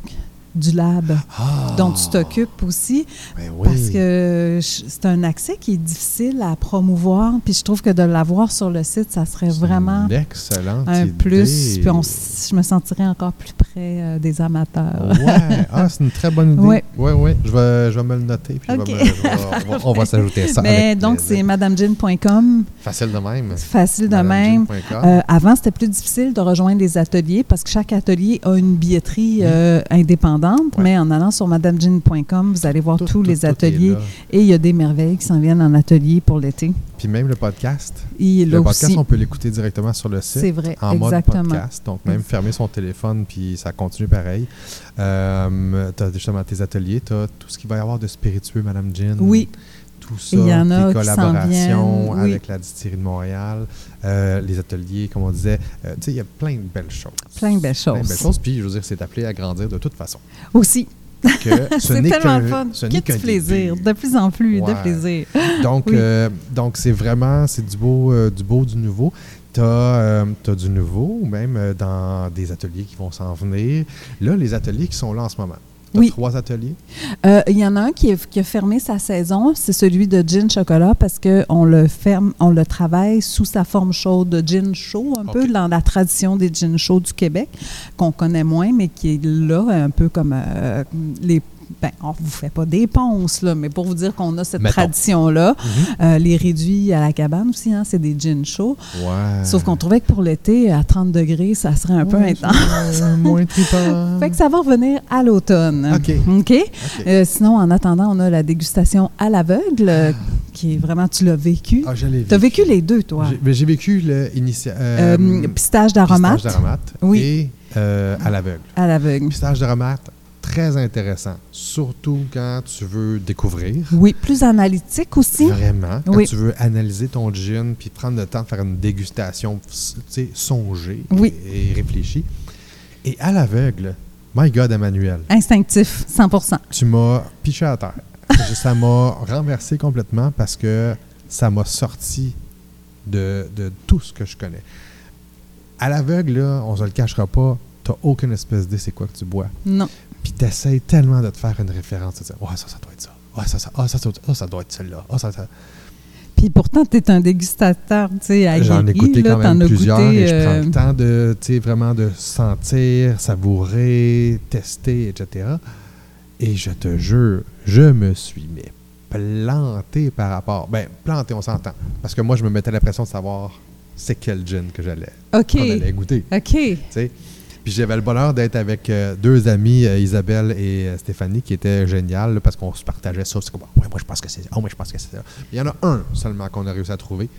[SPEAKER 2] du Lab,
[SPEAKER 1] Ah,
[SPEAKER 2] dont tu t'occupes aussi,
[SPEAKER 1] ben oui.
[SPEAKER 2] parce que je- c'est un accès qui est difficile à promouvoir, puis je trouve que de l'avoir sur le site, ça serait
[SPEAKER 1] C'est
[SPEAKER 2] vraiment
[SPEAKER 1] une excellente
[SPEAKER 2] un
[SPEAKER 1] idée.
[SPEAKER 2] plus, puis on s- je me sentirais encore plus près euh, des amateurs.
[SPEAKER 1] Ouais, ah, c'est une très bonne idée.
[SPEAKER 2] Ouais.
[SPEAKER 1] ouais, ouais, Je, vais, je vais me le noter. Puis je vais
[SPEAKER 2] Ok.
[SPEAKER 1] me- je vais- on va, on va s'ajouter ça.
[SPEAKER 2] Mais
[SPEAKER 1] avec
[SPEAKER 2] donc,
[SPEAKER 1] plaisir.
[SPEAKER 2] c'est madamejin.com,
[SPEAKER 1] Facile de même.
[SPEAKER 2] facile de même.
[SPEAKER 1] MadameJean.com.
[SPEAKER 2] Euh, avant, c'était plus difficile de rejoindre les ateliers parce que chaque atelier a une billetterie euh, indépendante,
[SPEAKER 1] Mhm. Ouais.
[SPEAKER 2] mais en allant sur madamejin.com, vous allez voir
[SPEAKER 1] Tout-
[SPEAKER 2] tous
[SPEAKER 1] tout-
[SPEAKER 2] les
[SPEAKER 1] tout est
[SPEAKER 2] ateliers
[SPEAKER 1] là.
[SPEAKER 2] et il y a des merveilles qui s'en viennent en atelier pour l'été.
[SPEAKER 1] Puis même le podcast.
[SPEAKER 2] Il est
[SPEAKER 1] Le
[SPEAKER 2] là
[SPEAKER 1] podcast,
[SPEAKER 2] aussi.
[SPEAKER 1] on peut l'écouter directement sur le site.
[SPEAKER 2] C'est vrai,
[SPEAKER 1] En
[SPEAKER 2] exactement.
[SPEAKER 1] mode podcast, donc même fermer son téléphone, puis ça continue pareil. Euh, tu as justement tes ateliers, tu as tout ce qu'il va y avoir de spiritueux, Madame Jean.
[SPEAKER 2] Oui,
[SPEAKER 1] tout ça,
[SPEAKER 2] Il y en a
[SPEAKER 1] tes
[SPEAKER 2] qui
[SPEAKER 1] collaborations
[SPEAKER 2] s'en viennent, oui.
[SPEAKER 1] avec la distillerie de Montréal, euh, les ateliers, comme on disait. Euh, tu sais, il y a plein de belles choses.
[SPEAKER 2] plein de belles choses.
[SPEAKER 1] Plein de belles choses, puis je veux dire, c'est appelé à grandir de toute façon.
[SPEAKER 2] Aussi,
[SPEAKER 1] Que ce
[SPEAKER 2] c'est
[SPEAKER 1] n'est
[SPEAKER 2] tellement
[SPEAKER 1] qu'un-
[SPEAKER 2] fun.
[SPEAKER 1] ce
[SPEAKER 2] Que
[SPEAKER 1] n'est
[SPEAKER 2] du
[SPEAKER 1] qu'un
[SPEAKER 2] plaisir,
[SPEAKER 1] début.
[SPEAKER 2] de plus en plus
[SPEAKER 1] Ouais.
[SPEAKER 2] de plaisir.
[SPEAKER 1] Donc,
[SPEAKER 2] Oui.
[SPEAKER 1] euh, donc c'est vraiment c'est du beau, euh, du beau, du nouveau. Tu as, du nouveau, ou même euh, dans des ateliers qui vont s'en venir. Là, les ateliers qui sont là en ce moment. Tu
[SPEAKER 2] Oui.
[SPEAKER 1] trois ateliers.
[SPEAKER 2] Euh, Il y en a un qui, est- qui a fermé sa saison, c'est celui de gin chocolat parce que on le ferme, on le travaille sous sa forme chaude de gin chaud, un
[SPEAKER 1] Ok.
[SPEAKER 2] peu dans la tradition des gin chauds du Québec qu'on connaît moins, mais qui est là un peu comme euh, les ben, on vous fait pas des ponces, là, mais pour vous dire qu'on a cette
[SPEAKER 1] Mettons.
[SPEAKER 2] tradition-là,
[SPEAKER 1] Mhm.
[SPEAKER 2] euh, les réduits à la cabane aussi, hein, c'est des gin chauds.
[SPEAKER 1] Ouais.
[SPEAKER 2] Sauf qu'on trouvait que pour l'été, à 30 degrés, ça serait un peu
[SPEAKER 1] Euh. Ouais,
[SPEAKER 2] intense.
[SPEAKER 1] c'est, euh, moins trippant.
[SPEAKER 2] Fait que ça va revenir à l'automne.
[SPEAKER 1] OK.
[SPEAKER 2] OK?
[SPEAKER 1] Ok.
[SPEAKER 2] Euh, sinon, en attendant, on a la dégustation à l'aveugle, euh, qui est vraiment, tu l'as vécu.
[SPEAKER 1] Ah, je l'ai
[SPEAKER 2] tu as vécu les deux, toi.
[SPEAKER 1] J'ai- mais J'ai vécu le initia-
[SPEAKER 2] Euh,
[SPEAKER 1] euh,
[SPEAKER 2] pistage
[SPEAKER 1] pistage
[SPEAKER 2] d'aromate
[SPEAKER 1] d'aromate
[SPEAKER 2] Oui.
[SPEAKER 1] et euh, à l'aveugle.
[SPEAKER 2] à l'aveugle.
[SPEAKER 1] Pistage d'aromate, très intéressant, surtout quand tu veux découvrir.
[SPEAKER 2] Oui, plus analytique aussi.
[SPEAKER 1] Vraiment. Quand
[SPEAKER 2] Oui.
[SPEAKER 1] tu veux analyser ton gin, puis prendre le temps de faire une dégustation, tu sais, songée
[SPEAKER 2] Oui.
[SPEAKER 1] et, et réfléchie. Et à l'aveugle, my God, Emmanuel,
[SPEAKER 2] Instinctif, 100
[SPEAKER 1] tu m'as piché à terre. Je- ça m'a renversé complètement parce que ça m'a sorti de, de tout ce que je connais. À l'aveugle, là, on se le cachera pas, t'as aucune espèce d'idée c'est quoi que tu bois.
[SPEAKER 2] Non.
[SPEAKER 1] Puis t'essayes tellement de te faire une référence, de te dire, ouais, ça, ça doit être ça. Ouais, ça, ça, ah, ça, ça, ah, ça doit être celle-là. Ah, ça, ça.
[SPEAKER 2] Puis pourtant, tu es un dégustateur, tu sais, aguerri.
[SPEAKER 1] J'en ai goûté
[SPEAKER 2] là,
[SPEAKER 1] quand même
[SPEAKER 2] t'en as
[SPEAKER 1] plusieurs
[SPEAKER 2] goûté,
[SPEAKER 1] et je prends
[SPEAKER 2] euh,
[SPEAKER 1] le temps de, tu sais, vraiment de sentir, savourer, tester, etc. Et je te jure, je me suis mais, planté par rapport. Ben, planté, on s'entend. Parce que moi, je me mettais la pression de savoir c'est quel gin que j'allais
[SPEAKER 2] OK.
[SPEAKER 1] qu'on allait goûter.
[SPEAKER 2] OK.
[SPEAKER 1] tu sais. Puis j'avais le bonheur d'être avec euh, deux amies, euh, Isabelle et euh, Stéphanie, qui étaient géniales là, parce qu'on se partageait ça. C'est comme, ouais, moi je pense que c'est ça. Oh, moi je pense que c'est ça. Il y en a un seulement qu'on a réussi à trouver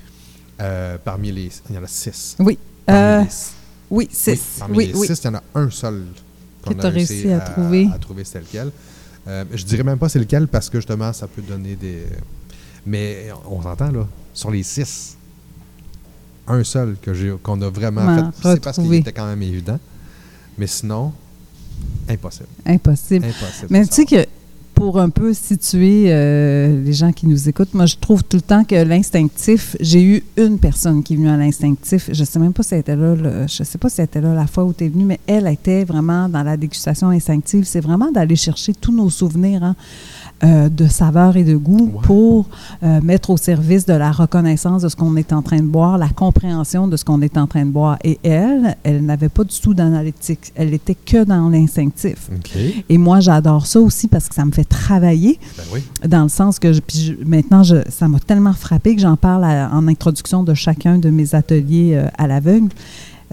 [SPEAKER 1] euh, parmi les. Il y en a six.
[SPEAKER 2] Oui.
[SPEAKER 1] Parmi
[SPEAKER 2] Euh,
[SPEAKER 1] les six,
[SPEAKER 2] oui,
[SPEAKER 1] oui,
[SPEAKER 2] six.
[SPEAKER 1] parmi
[SPEAKER 2] Oui,
[SPEAKER 1] les
[SPEAKER 2] oui.
[SPEAKER 1] six, il y en a un seul
[SPEAKER 2] Que t'as réussi à trouver.
[SPEAKER 1] À trouver c'est lequel. Euh, je dirais même pas c'est lequel parce que justement ça peut donner des. Mais on s'entend là. Sur les six, un seul que j'ai qu'on a vraiment
[SPEAKER 2] Ouais,
[SPEAKER 1] fait. C'est parce qu'il
[SPEAKER 2] retrouvé.
[SPEAKER 1] était quand même évident. Mais sinon, impossible.
[SPEAKER 2] Impossible.
[SPEAKER 1] Impossible.
[SPEAKER 2] Mais
[SPEAKER 1] de
[SPEAKER 2] tu sais que pour un peu situer euh, les gens qui nous écoutent, moi, je trouve tout le temps que l'instinctif, j'ai eu une personne qui est venue à l'instinctif. Je sais même pas si elle était là, le, je sais pas si elle était là la fois où tu es venue, mais elle était vraiment dans la dégustation instinctive. C'est vraiment d'aller chercher tous nos souvenirs hein, euh, de saveur et de goût wow. pour euh, mettre au service de la reconnaissance de ce qu'on est en train de boire, la compréhension de ce qu'on est en train de boire. Et elle, elle n'avait pas du tout d'analytique. Elle était que dans l'instinctif.
[SPEAKER 1] Okay.
[SPEAKER 2] Et moi, j'adore ça aussi parce que ça me fait travailler
[SPEAKER 1] ben oui.
[SPEAKER 2] dans le sens que je, puis je, maintenant je, ça m'a tellement frappé que j'en parle à, en introduction de chacun de mes ateliers euh, à l'aveugle.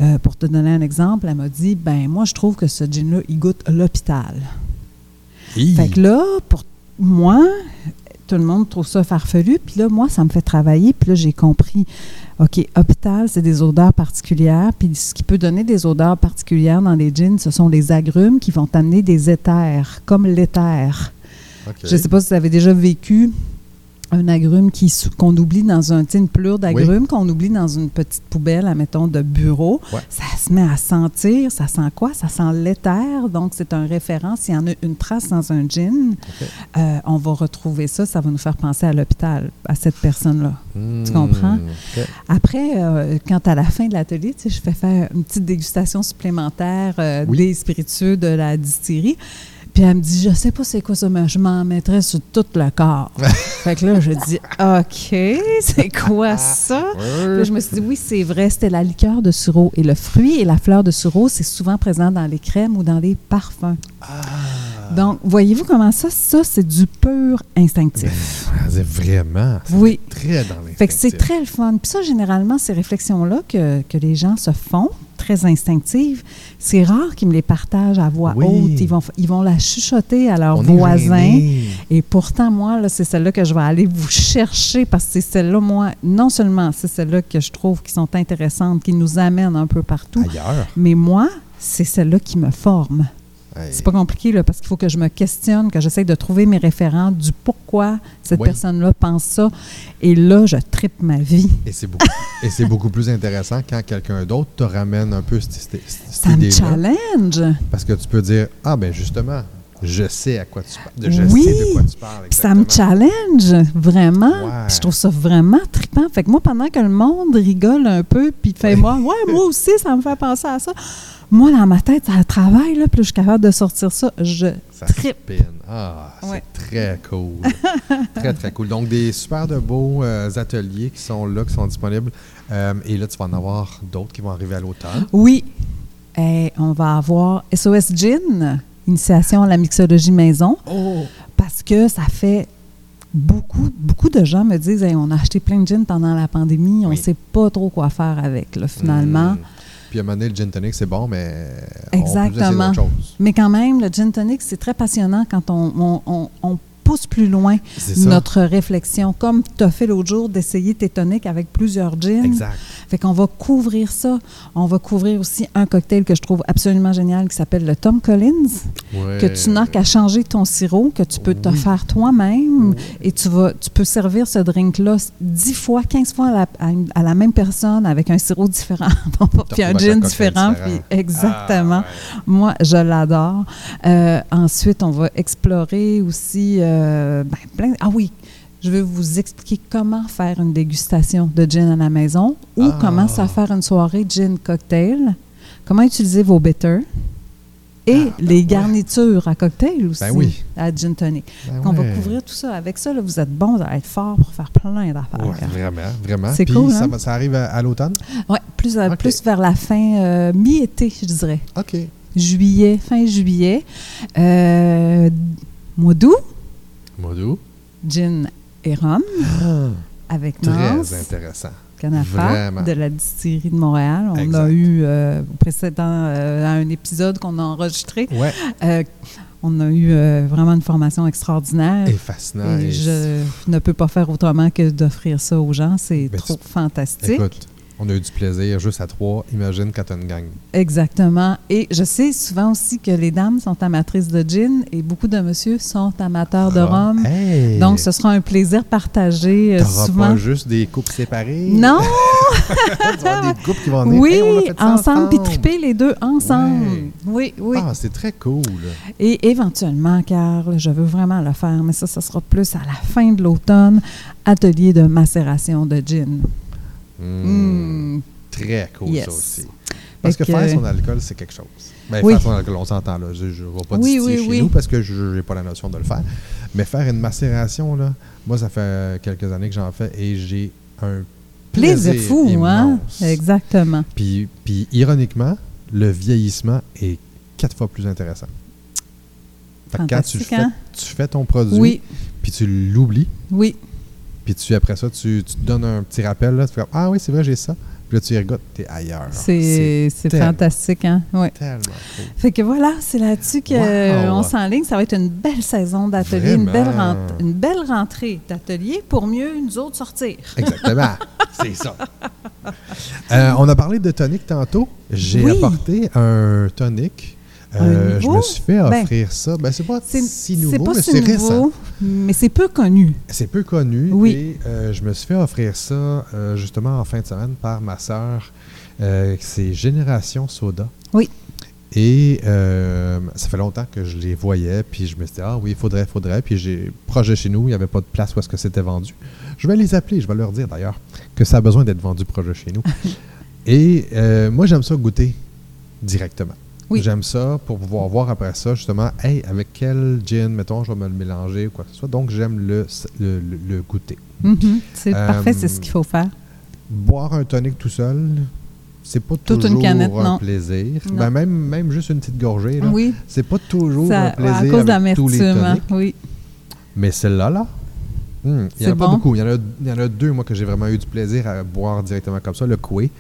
[SPEAKER 2] Euh, pour te donner un exemple, elle m'a dit ben moi je trouve que ce gin là il goûte l'hôpital.
[SPEAKER 1] Hi.
[SPEAKER 2] Fait que là pour moi tout le monde trouve ça farfelu puis là moi ça me fait travailler puis là j'ai compris OK, hôpital, c'est des odeurs particulières. Puis ce qui peut donner des odeurs particulières dans les gins, ce sont les agrumes qui vont amener des éthers, comme l'éther. Okay.
[SPEAKER 1] euh,
[SPEAKER 2] Je ne sais pas si vous avez déjà vécu un agrume qui qu'on oublie dans un une plure d'agrumes oui. qu'on oublie dans une petite poubelle admettons de bureau
[SPEAKER 1] ouais.
[SPEAKER 2] ça se met à sentir ça sent quoi ça sent l'éther donc c'est un référent s'il y en a une trace dans un gin okay. euh, on va retrouver ça ça va nous faire penser à l'hôpital à cette personne là
[SPEAKER 1] Hmm.
[SPEAKER 2] mmh, tu comprends
[SPEAKER 1] okay.
[SPEAKER 2] après euh, quand à la fin de l'atelier tu sais, je fais faire une petite dégustation supplémentaire euh, oui. des spiritueux de la distillerie puis elle me dit, je sais pas c'est quoi ça, mais je m'en mettrais sur tout le corps. fait que là, je dis, OK, c'est quoi ça? Puis là, je me suis dit, oui, c'est vrai, c'était la liqueur de sureau. Et le fruit et la fleur de sureau, c'est souvent présent dans les crèmes ou dans les parfums.
[SPEAKER 1] Ah.
[SPEAKER 2] Donc, voyez-vous comment ça, ça, c'est du pur instinctif.
[SPEAKER 1] Ben, c'est vraiment.
[SPEAKER 2] Oui.
[SPEAKER 1] Très dans l'instinctif.
[SPEAKER 2] Fait que c'est très le fun. Puis ça, généralement, ces réflexions-là que, que les gens se font, très instinctive, c'est rare qu'ils me les partagent à voix
[SPEAKER 1] oui.
[SPEAKER 2] haute. Ils vont, ils vont la chuchoter à leurs On voisins. Et pourtant, moi, c'est celle-là que je vais aller vous chercher parce que c'est celle-là, moi, non seulement c'est celle-là que je trouve qui sont intéressantes, qui nous amènent un peu partout,
[SPEAKER 1] Ailleurs.
[SPEAKER 2] mais moi, c'est celle-là qui me forme. C'est pas compliqué, là, parce qu'il faut que je me questionne, que j'essaie de trouver mes référents du pourquoi cette oui. personne-là pense ça. Et là, je tripe ma vie.
[SPEAKER 1] Et c'est beaucoup, et beaucoup plus intéressant quand quelqu'un d'autre te ramène un peu cette, cette, cette
[SPEAKER 2] Ça me challenge.
[SPEAKER 1] Parce que tu peux dire Ah, ben justement, je sais à quoi tu parles. Je
[SPEAKER 2] oui,
[SPEAKER 1] sais de quoi tu parles.
[SPEAKER 2] Ça me challenge vraiment. Ouais. Je trouve ça vraiment trippant. Fait que moi, pendant que le monde rigole un peu, puis fait moi, ouais, moi aussi, ça me fait penser à ça. Moi, dans ma tête, ça travaille, là, puis je suis capable de sortir ça. Je
[SPEAKER 1] ça
[SPEAKER 2] trippe.
[SPEAKER 1] Spin. Ah, c'est
[SPEAKER 2] Ouais.
[SPEAKER 1] très cool. très, très cool. Donc, des super de beaux euh, ateliers qui sont là, qui sont disponibles. Euh, et là, tu vas en avoir d'autres qui vont arriver à l'automne.
[SPEAKER 2] Oui. Et on va avoir SOS Gin, initiation à la mixologie maison,
[SPEAKER 1] Oh!
[SPEAKER 2] parce que ça fait beaucoup, beaucoup de gens me disent Hey, on a acheté plein de gin pendant la pandémie, on ne
[SPEAKER 1] Oui.
[SPEAKER 2] sait pas trop quoi faire avec, là, finalement.
[SPEAKER 1] Hmm. Puis à un moment donné, le gin tonic, c'est bon, mais
[SPEAKER 2] Exactement.
[SPEAKER 1] on peut essayer d'autres choses.
[SPEAKER 2] Mais quand même, le gin tonic, c'est très passionnant quand on, on- on- on pousse plus loin
[SPEAKER 1] C'est ça.
[SPEAKER 2] notre réflexion, comme tu as fait l'autre jour d'essayer tes toniques avec plusieurs gins.
[SPEAKER 1] Exact.
[SPEAKER 2] Fait qu'on va couvrir ça. On va couvrir aussi un cocktail que je trouve absolument génial qui s'appelle le Tom Collins. que tu n'as qu'à changer ton sirop, que tu peux te
[SPEAKER 1] Oui.
[SPEAKER 2] faire toi-même et tu, vas, tu peux servir ce drink-là 10 fois, 15 fois à la, à une- à la même personne avec un sirop différent, puis
[SPEAKER 1] retrouves avec un
[SPEAKER 2] un gin
[SPEAKER 1] cocktail
[SPEAKER 2] différent.
[SPEAKER 1] différent.
[SPEAKER 2] puis exactement.
[SPEAKER 1] Ah, ouais.
[SPEAKER 2] Moi, je l'adore. Euh, ensuite, on va explorer aussi euh, ben, plein. Ah oui! Je vais vous expliquer comment faire une dégustation de gin à la maison ou
[SPEAKER 1] Ah.
[SPEAKER 2] comment ça faire une soirée gin cocktail, comment utiliser vos bitters et
[SPEAKER 1] Ah, ben
[SPEAKER 2] les
[SPEAKER 1] ouais.
[SPEAKER 2] garnitures à cocktail aussi
[SPEAKER 1] Ben oui.
[SPEAKER 2] à gin tonic.
[SPEAKER 1] Ben
[SPEAKER 2] On va
[SPEAKER 1] ouais.
[SPEAKER 2] couvrir tout ça. Avec ça, là, vous êtes bon, vous allez être fort pour faire plein d'affaires.
[SPEAKER 1] Ouais, vraiment, vraiment.
[SPEAKER 2] C'est
[SPEAKER 1] Puis
[SPEAKER 2] cool,
[SPEAKER 1] ça,
[SPEAKER 2] hein?
[SPEAKER 1] va- ça arrive à, à l'automne?
[SPEAKER 2] Ouais, plus, à-
[SPEAKER 1] Ok.
[SPEAKER 2] plus vers la fin, euh, mi-été, je dirais.
[SPEAKER 1] OK.
[SPEAKER 2] juillet, fin juillet. Euh, mois d'août,
[SPEAKER 1] Modou.
[SPEAKER 2] gin et rhum avec
[SPEAKER 1] Ah, Très
[SPEAKER 2] Nance,
[SPEAKER 1] intéressant.
[SPEAKER 2] Canafa,
[SPEAKER 1] vraiment.
[SPEAKER 2] de la distillerie de Montréal. On
[SPEAKER 1] Exact.
[SPEAKER 2] a eu euh, au précédent, euh, à un épisode qu'on a enregistré,
[SPEAKER 1] Ouais,
[SPEAKER 2] euh, on a eu euh, vraiment une formation extraordinaire.
[SPEAKER 1] et fascinant. Ah,
[SPEAKER 2] Et
[SPEAKER 1] et-
[SPEAKER 2] je ne peux pas faire autrement que d'offrir ça aux gens. C'est
[SPEAKER 1] Ben,
[SPEAKER 2] trop
[SPEAKER 1] tu-
[SPEAKER 2] fantastique.
[SPEAKER 1] Écoute, on a eu du plaisir juste à trois. Imagine quand tu une gang.
[SPEAKER 2] Exactement. Et je sais souvent aussi que les dames sont amatrices de gin et beaucoup de monsieur sont amateurs de rhum.
[SPEAKER 1] Ah, Hey!
[SPEAKER 2] Donc, ce sera un plaisir partagé euh,
[SPEAKER 1] T'auras
[SPEAKER 2] souvent.
[SPEAKER 1] pas juste des couples séparés.
[SPEAKER 2] Non!
[SPEAKER 1] Tu vas avoir des couples qui vont venir.
[SPEAKER 2] oui,
[SPEAKER 1] Hey, on a fait ça
[SPEAKER 2] ensemble, puis
[SPEAKER 1] ensemble.
[SPEAKER 2] triper les deux ensemble. Oui, oui.
[SPEAKER 1] Ah, c'est très cool.
[SPEAKER 2] Et éventuellement, Carl, je veux vraiment le faire, mais ça, ça sera plus à la fin de l'automne, atelier de macération de gin.
[SPEAKER 1] Hmm,
[SPEAKER 2] Mm.
[SPEAKER 1] Très cool,
[SPEAKER 2] Yes.
[SPEAKER 1] ça aussi. Parce que,
[SPEAKER 2] que-
[SPEAKER 1] faire son alcool, c'est quelque chose. Ben,
[SPEAKER 2] Oui.
[SPEAKER 1] Faire son alcool, on s'entend là. Je ne vais pas
[SPEAKER 2] Oui,
[SPEAKER 1] distiller
[SPEAKER 2] oui,
[SPEAKER 1] chez
[SPEAKER 2] oui.
[SPEAKER 1] nous parce que je n'ai pas la notion de le faire. Mais faire une macération, là, moi, ça fait quelques années que j'en fais et j'ai un plaisir,
[SPEAKER 2] Plaisir fou, hein?
[SPEAKER 1] immense.
[SPEAKER 2] Exactement.
[SPEAKER 1] Puis, puis, ironiquement, le vieillissement est quatre fois plus intéressant. Fait que quand tu, le
[SPEAKER 2] Fantastique,
[SPEAKER 1] fais,
[SPEAKER 2] hein?
[SPEAKER 1] tu fais ton produit,
[SPEAKER 2] Oui,
[SPEAKER 1] puis tu l'oublies,
[SPEAKER 2] oui.
[SPEAKER 1] Ah, puis tu, après ça, tu, tu te donnes un petit rappel. Là, tu fais comme, Ah oui, c'est vrai, j'ai ça. Puis là, tu y regardes, t'es ailleurs.
[SPEAKER 2] C'est c'est
[SPEAKER 1] tellement-
[SPEAKER 2] fantastique, hein? Oui.
[SPEAKER 1] tellement cool.
[SPEAKER 2] Fait que voilà, c'est là-dessus qu'on
[SPEAKER 1] Wow!
[SPEAKER 2] on s'enligne. Ça va être une belle saison d'atelier, une, belle
[SPEAKER 1] Vraiment.
[SPEAKER 2] rent- une belle rentrée d'atelier pour mieux nous autres sortir.
[SPEAKER 1] Exactement. c'est ça. Euh, on a parlé de tonic tantôt. J'ai
[SPEAKER 2] Oui.
[SPEAKER 1] apporté un tonic. Euh,
[SPEAKER 2] Un
[SPEAKER 1] je
[SPEAKER 2] nouveau?
[SPEAKER 1] me suis fait
[SPEAKER 2] Ben,
[SPEAKER 1] offrir ça. Ben, c'est pas
[SPEAKER 2] C'est
[SPEAKER 1] si
[SPEAKER 2] c'est
[SPEAKER 1] nouveau,
[SPEAKER 2] pas
[SPEAKER 1] mais
[SPEAKER 2] si
[SPEAKER 1] c'est
[SPEAKER 2] nouveau,
[SPEAKER 1] récent.
[SPEAKER 2] mais c'est peu connu.
[SPEAKER 1] C'est peu connu.
[SPEAKER 2] Oui.
[SPEAKER 1] Et euh, je me suis fait offrir ça euh, justement en fin de semaine par ma sœur. Euh, c'est Génération Soda.
[SPEAKER 2] Oui.
[SPEAKER 1] Et euh, ça fait longtemps que je les voyais, puis je me suis dit, ah oui, il faudrait, faudrait. Puis j'ai projet chez nous, il n'y avait pas de place où est-ce que c'était vendu. Je vais les appeler, je vais leur dire d'ailleurs que ça a besoin d'être vendu projet chez nous. Et euh, moi, j'aime ça goûter directement.
[SPEAKER 2] Oui.
[SPEAKER 1] J'aime ça pour pouvoir voir après ça, justement, hey, avec quel gin, mettons, je vais me le mélanger ou quoi que ce soit. Donc, j'aime le, le, le- le goûter.
[SPEAKER 2] Mhm. C'est
[SPEAKER 1] Euh,
[SPEAKER 2] parfait, c'est ce qu'il faut faire.
[SPEAKER 1] Boire un tonic tout seul, c'est pas
[SPEAKER 2] Toute une
[SPEAKER 1] toujours
[SPEAKER 2] canette,
[SPEAKER 1] un
[SPEAKER 2] non.
[SPEAKER 1] plaisir.
[SPEAKER 2] Non.
[SPEAKER 1] Ben, même, même juste une petite gorgée, là,
[SPEAKER 2] Oui,
[SPEAKER 1] c'est pas toujours
[SPEAKER 2] ça-
[SPEAKER 1] un plaisir
[SPEAKER 2] à cause
[SPEAKER 1] avec tous
[SPEAKER 2] d'amertume.
[SPEAKER 1] les
[SPEAKER 2] hein.
[SPEAKER 1] tonics.
[SPEAKER 2] Oui,
[SPEAKER 1] Mais celle-là, là, hum, il n'y en a
[SPEAKER 2] C'est
[SPEAKER 1] pas
[SPEAKER 2] bon.
[SPEAKER 1] beaucoup. Il y, en a, il y en a deux, moi, que j'ai vraiment eu du plaisir à boire directement comme ça, le Coué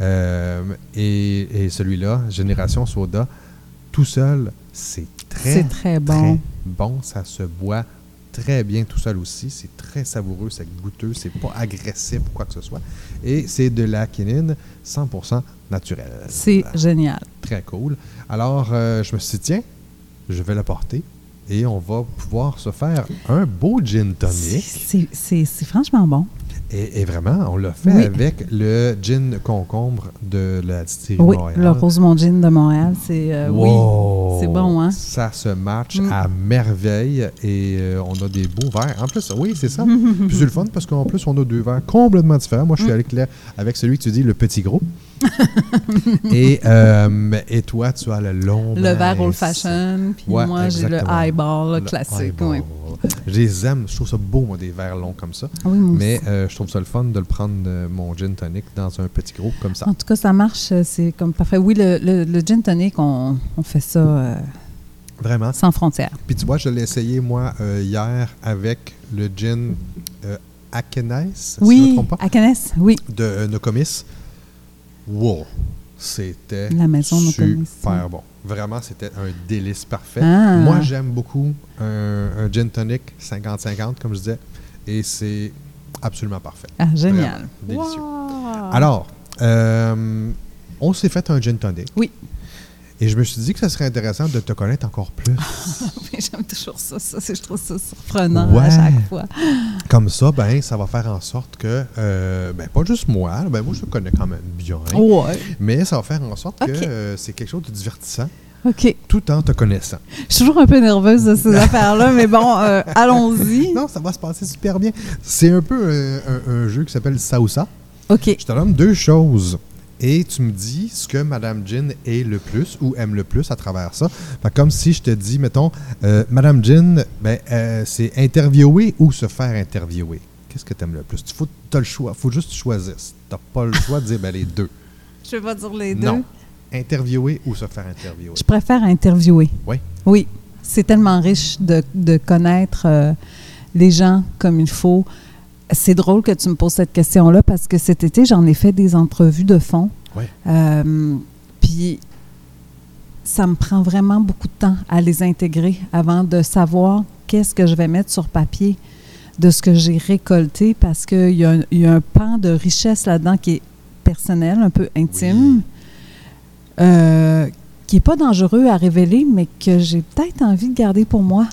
[SPEAKER 1] euh, et, et celui-là, Génération Soda. Tout seul, c'est très,
[SPEAKER 2] c'est
[SPEAKER 1] très
[SPEAKER 2] très bon.
[SPEAKER 1] bon. Ça se boit très bien tout seul aussi. C'est très savoureux, c'est goûteux, c'est pas agressif ou quoi que ce soit. Et c'est de la quinine 100% naturelle.
[SPEAKER 2] C'est génial.
[SPEAKER 1] Très cool. Alors, euh, je me suis dit, tiens, je vais l'apporter et on va pouvoir se faire un beau gin
[SPEAKER 2] C'est-
[SPEAKER 1] tonic.
[SPEAKER 2] C'est c'est- c'est franchement bon.
[SPEAKER 1] Et, et vraiment, on l'a fait
[SPEAKER 2] Oui.
[SPEAKER 1] avec le gin concombre de la distillerie
[SPEAKER 2] Oui,
[SPEAKER 1] Montréal.
[SPEAKER 2] le Rosemont Gin de Montréal, c'est euh,
[SPEAKER 1] Wow!
[SPEAKER 2] oui, c'est bon, hein?
[SPEAKER 1] Ça se match
[SPEAKER 2] Mm.
[SPEAKER 1] à merveille et euh, on a des beaux verres. En plus, oui, c'est ça. Puis c'est le fun parce qu'en plus, on a deux verres complètement différents. Moi, je
[SPEAKER 2] Mm.
[SPEAKER 1] suis avec, le- avec celui que tu dis, le petit gros. et, euh, et toi, tu as le long.
[SPEAKER 2] Le verre
[SPEAKER 1] mince.
[SPEAKER 2] old fashion, puis
[SPEAKER 1] Ouais,
[SPEAKER 2] moi j'ai le
[SPEAKER 1] exactement.
[SPEAKER 2] highball le
[SPEAKER 1] Le
[SPEAKER 2] classique.
[SPEAKER 1] highball.
[SPEAKER 2] oui.
[SPEAKER 1] Je les aime, je trouve ça beau, moi, des verres longs comme ça.
[SPEAKER 2] Ah Oui, moi
[SPEAKER 1] Mais
[SPEAKER 2] aussi.
[SPEAKER 1] euh, je trouve ça le fun de le prendre, euh, mon gin tonic, dans un petit groupe comme ça.
[SPEAKER 2] En tout cas, ça marche, euh, c'est comme parfait. Oui, le, le, le gin tonic, on, on fait ça euh,
[SPEAKER 1] Vraiment.
[SPEAKER 2] sans frontières.
[SPEAKER 1] Puis tu vois, je l'ai essayé, moi, euh, hier avec le gin euh, Akenes, si je ne me
[SPEAKER 2] oui,
[SPEAKER 1] trompe pas,
[SPEAKER 2] à Canes, oui.
[SPEAKER 1] de euh, Nokomis. Wow! C'était
[SPEAKER 2] La maison Nokomis,
[SPEAKER 1] super bon. Vraiment, c'était un délice parfait.
[SPEAKER 2] Ah.
[SPEAKER 1] Moi, j'aime beaucoup un, un gin tonic 50-50, comme je disais, et c'est absolument parfait.
[SPEAKER 2] Ah, génial.
[SPEAKER 1] Vraiment délicieux.
[SPEAKER 2] Wow.
[SPEAKER 1] Alors, euh, on s'est fait un gin tonic.
[SPEAKER 2] Oui.
[SPEAKER 1] Et je me suis dit que ce serait intéressant de te connaître encore plus.
[SPEAKER 2] J'aime toujours ça, ça c'est- je trouve ça surprenant à
[SPEAKER 1] Ouais.
[SPEAKER 2] chaque fois.
[SPEAKER 1] Comme ça, ben, ça va faire en sorte que, euh, ben, pas juste moi, là, ben, moi je te connais quand même bien, hein,
[SPEAKER 2] Ouais.
[SPEAKER 1] mais ça va faire en sorte que
[SPEAKER 2] Oh. Ok.
[SPEAKER 1] euh, c'est quelque chose de divertissant
[SPEAKER 2] OK.
[SPEAKER 1] tout en te connaissant.
[SPEAKER 2] Je suis toujours un peu nerveuse de ces affaires-là, mais bon, euh, allons-y.
[SPEAKER 1] Non, ça va se passer super bien. C'est un peu euh, un, un jeu qui s'appelle Saoussa.
[SPEAKER 2] OK.
[SPEAKER 1] Je te donne deux choses et tu me dis ce que Madame Jean est le plus ou aime le plus à travers ça. Fait comme si je te dis, mettons, euh, Madame Jean, ben, euh, c'est interviewer ou se faire interviewer. Qu'est-ce que tu aimes le plus? Tu faut, as le choix. faut juste que tu choisisses. T'as pas le choix de dire ben, les deux.
[SPEAKER 2] Je ne vais pas dire les deux.
[SPEAKER 1] Non. Interviewer ou se faire interviewer.
[SPEAKER 2] Je préfère interviewer.
[SPEAKER 1] Oui.
[SPEAKER 2] Oui. C'est tellement riche de, de connaître euh, les gens comme il faut. C'est drôle que tu me poses cette question-là parce que cet été, j'en ai fait des entrevues de fond.
[SPEAKER 1] Oui.
[SPEAKER 2] Euh, Puis ça me prend vraiment beaucoup de temps à les intégrer avant de savoir qu'est-ce que je vais mettre sur papier de ce que j'ai récolté parce qu'il y, a un- il y a un pan de richesse là-dedans qui est personnel, un peu intime, oui. euh, qui n'est pas dangereux à révéler, mais que j'ai peut-être envie de garder pour moi.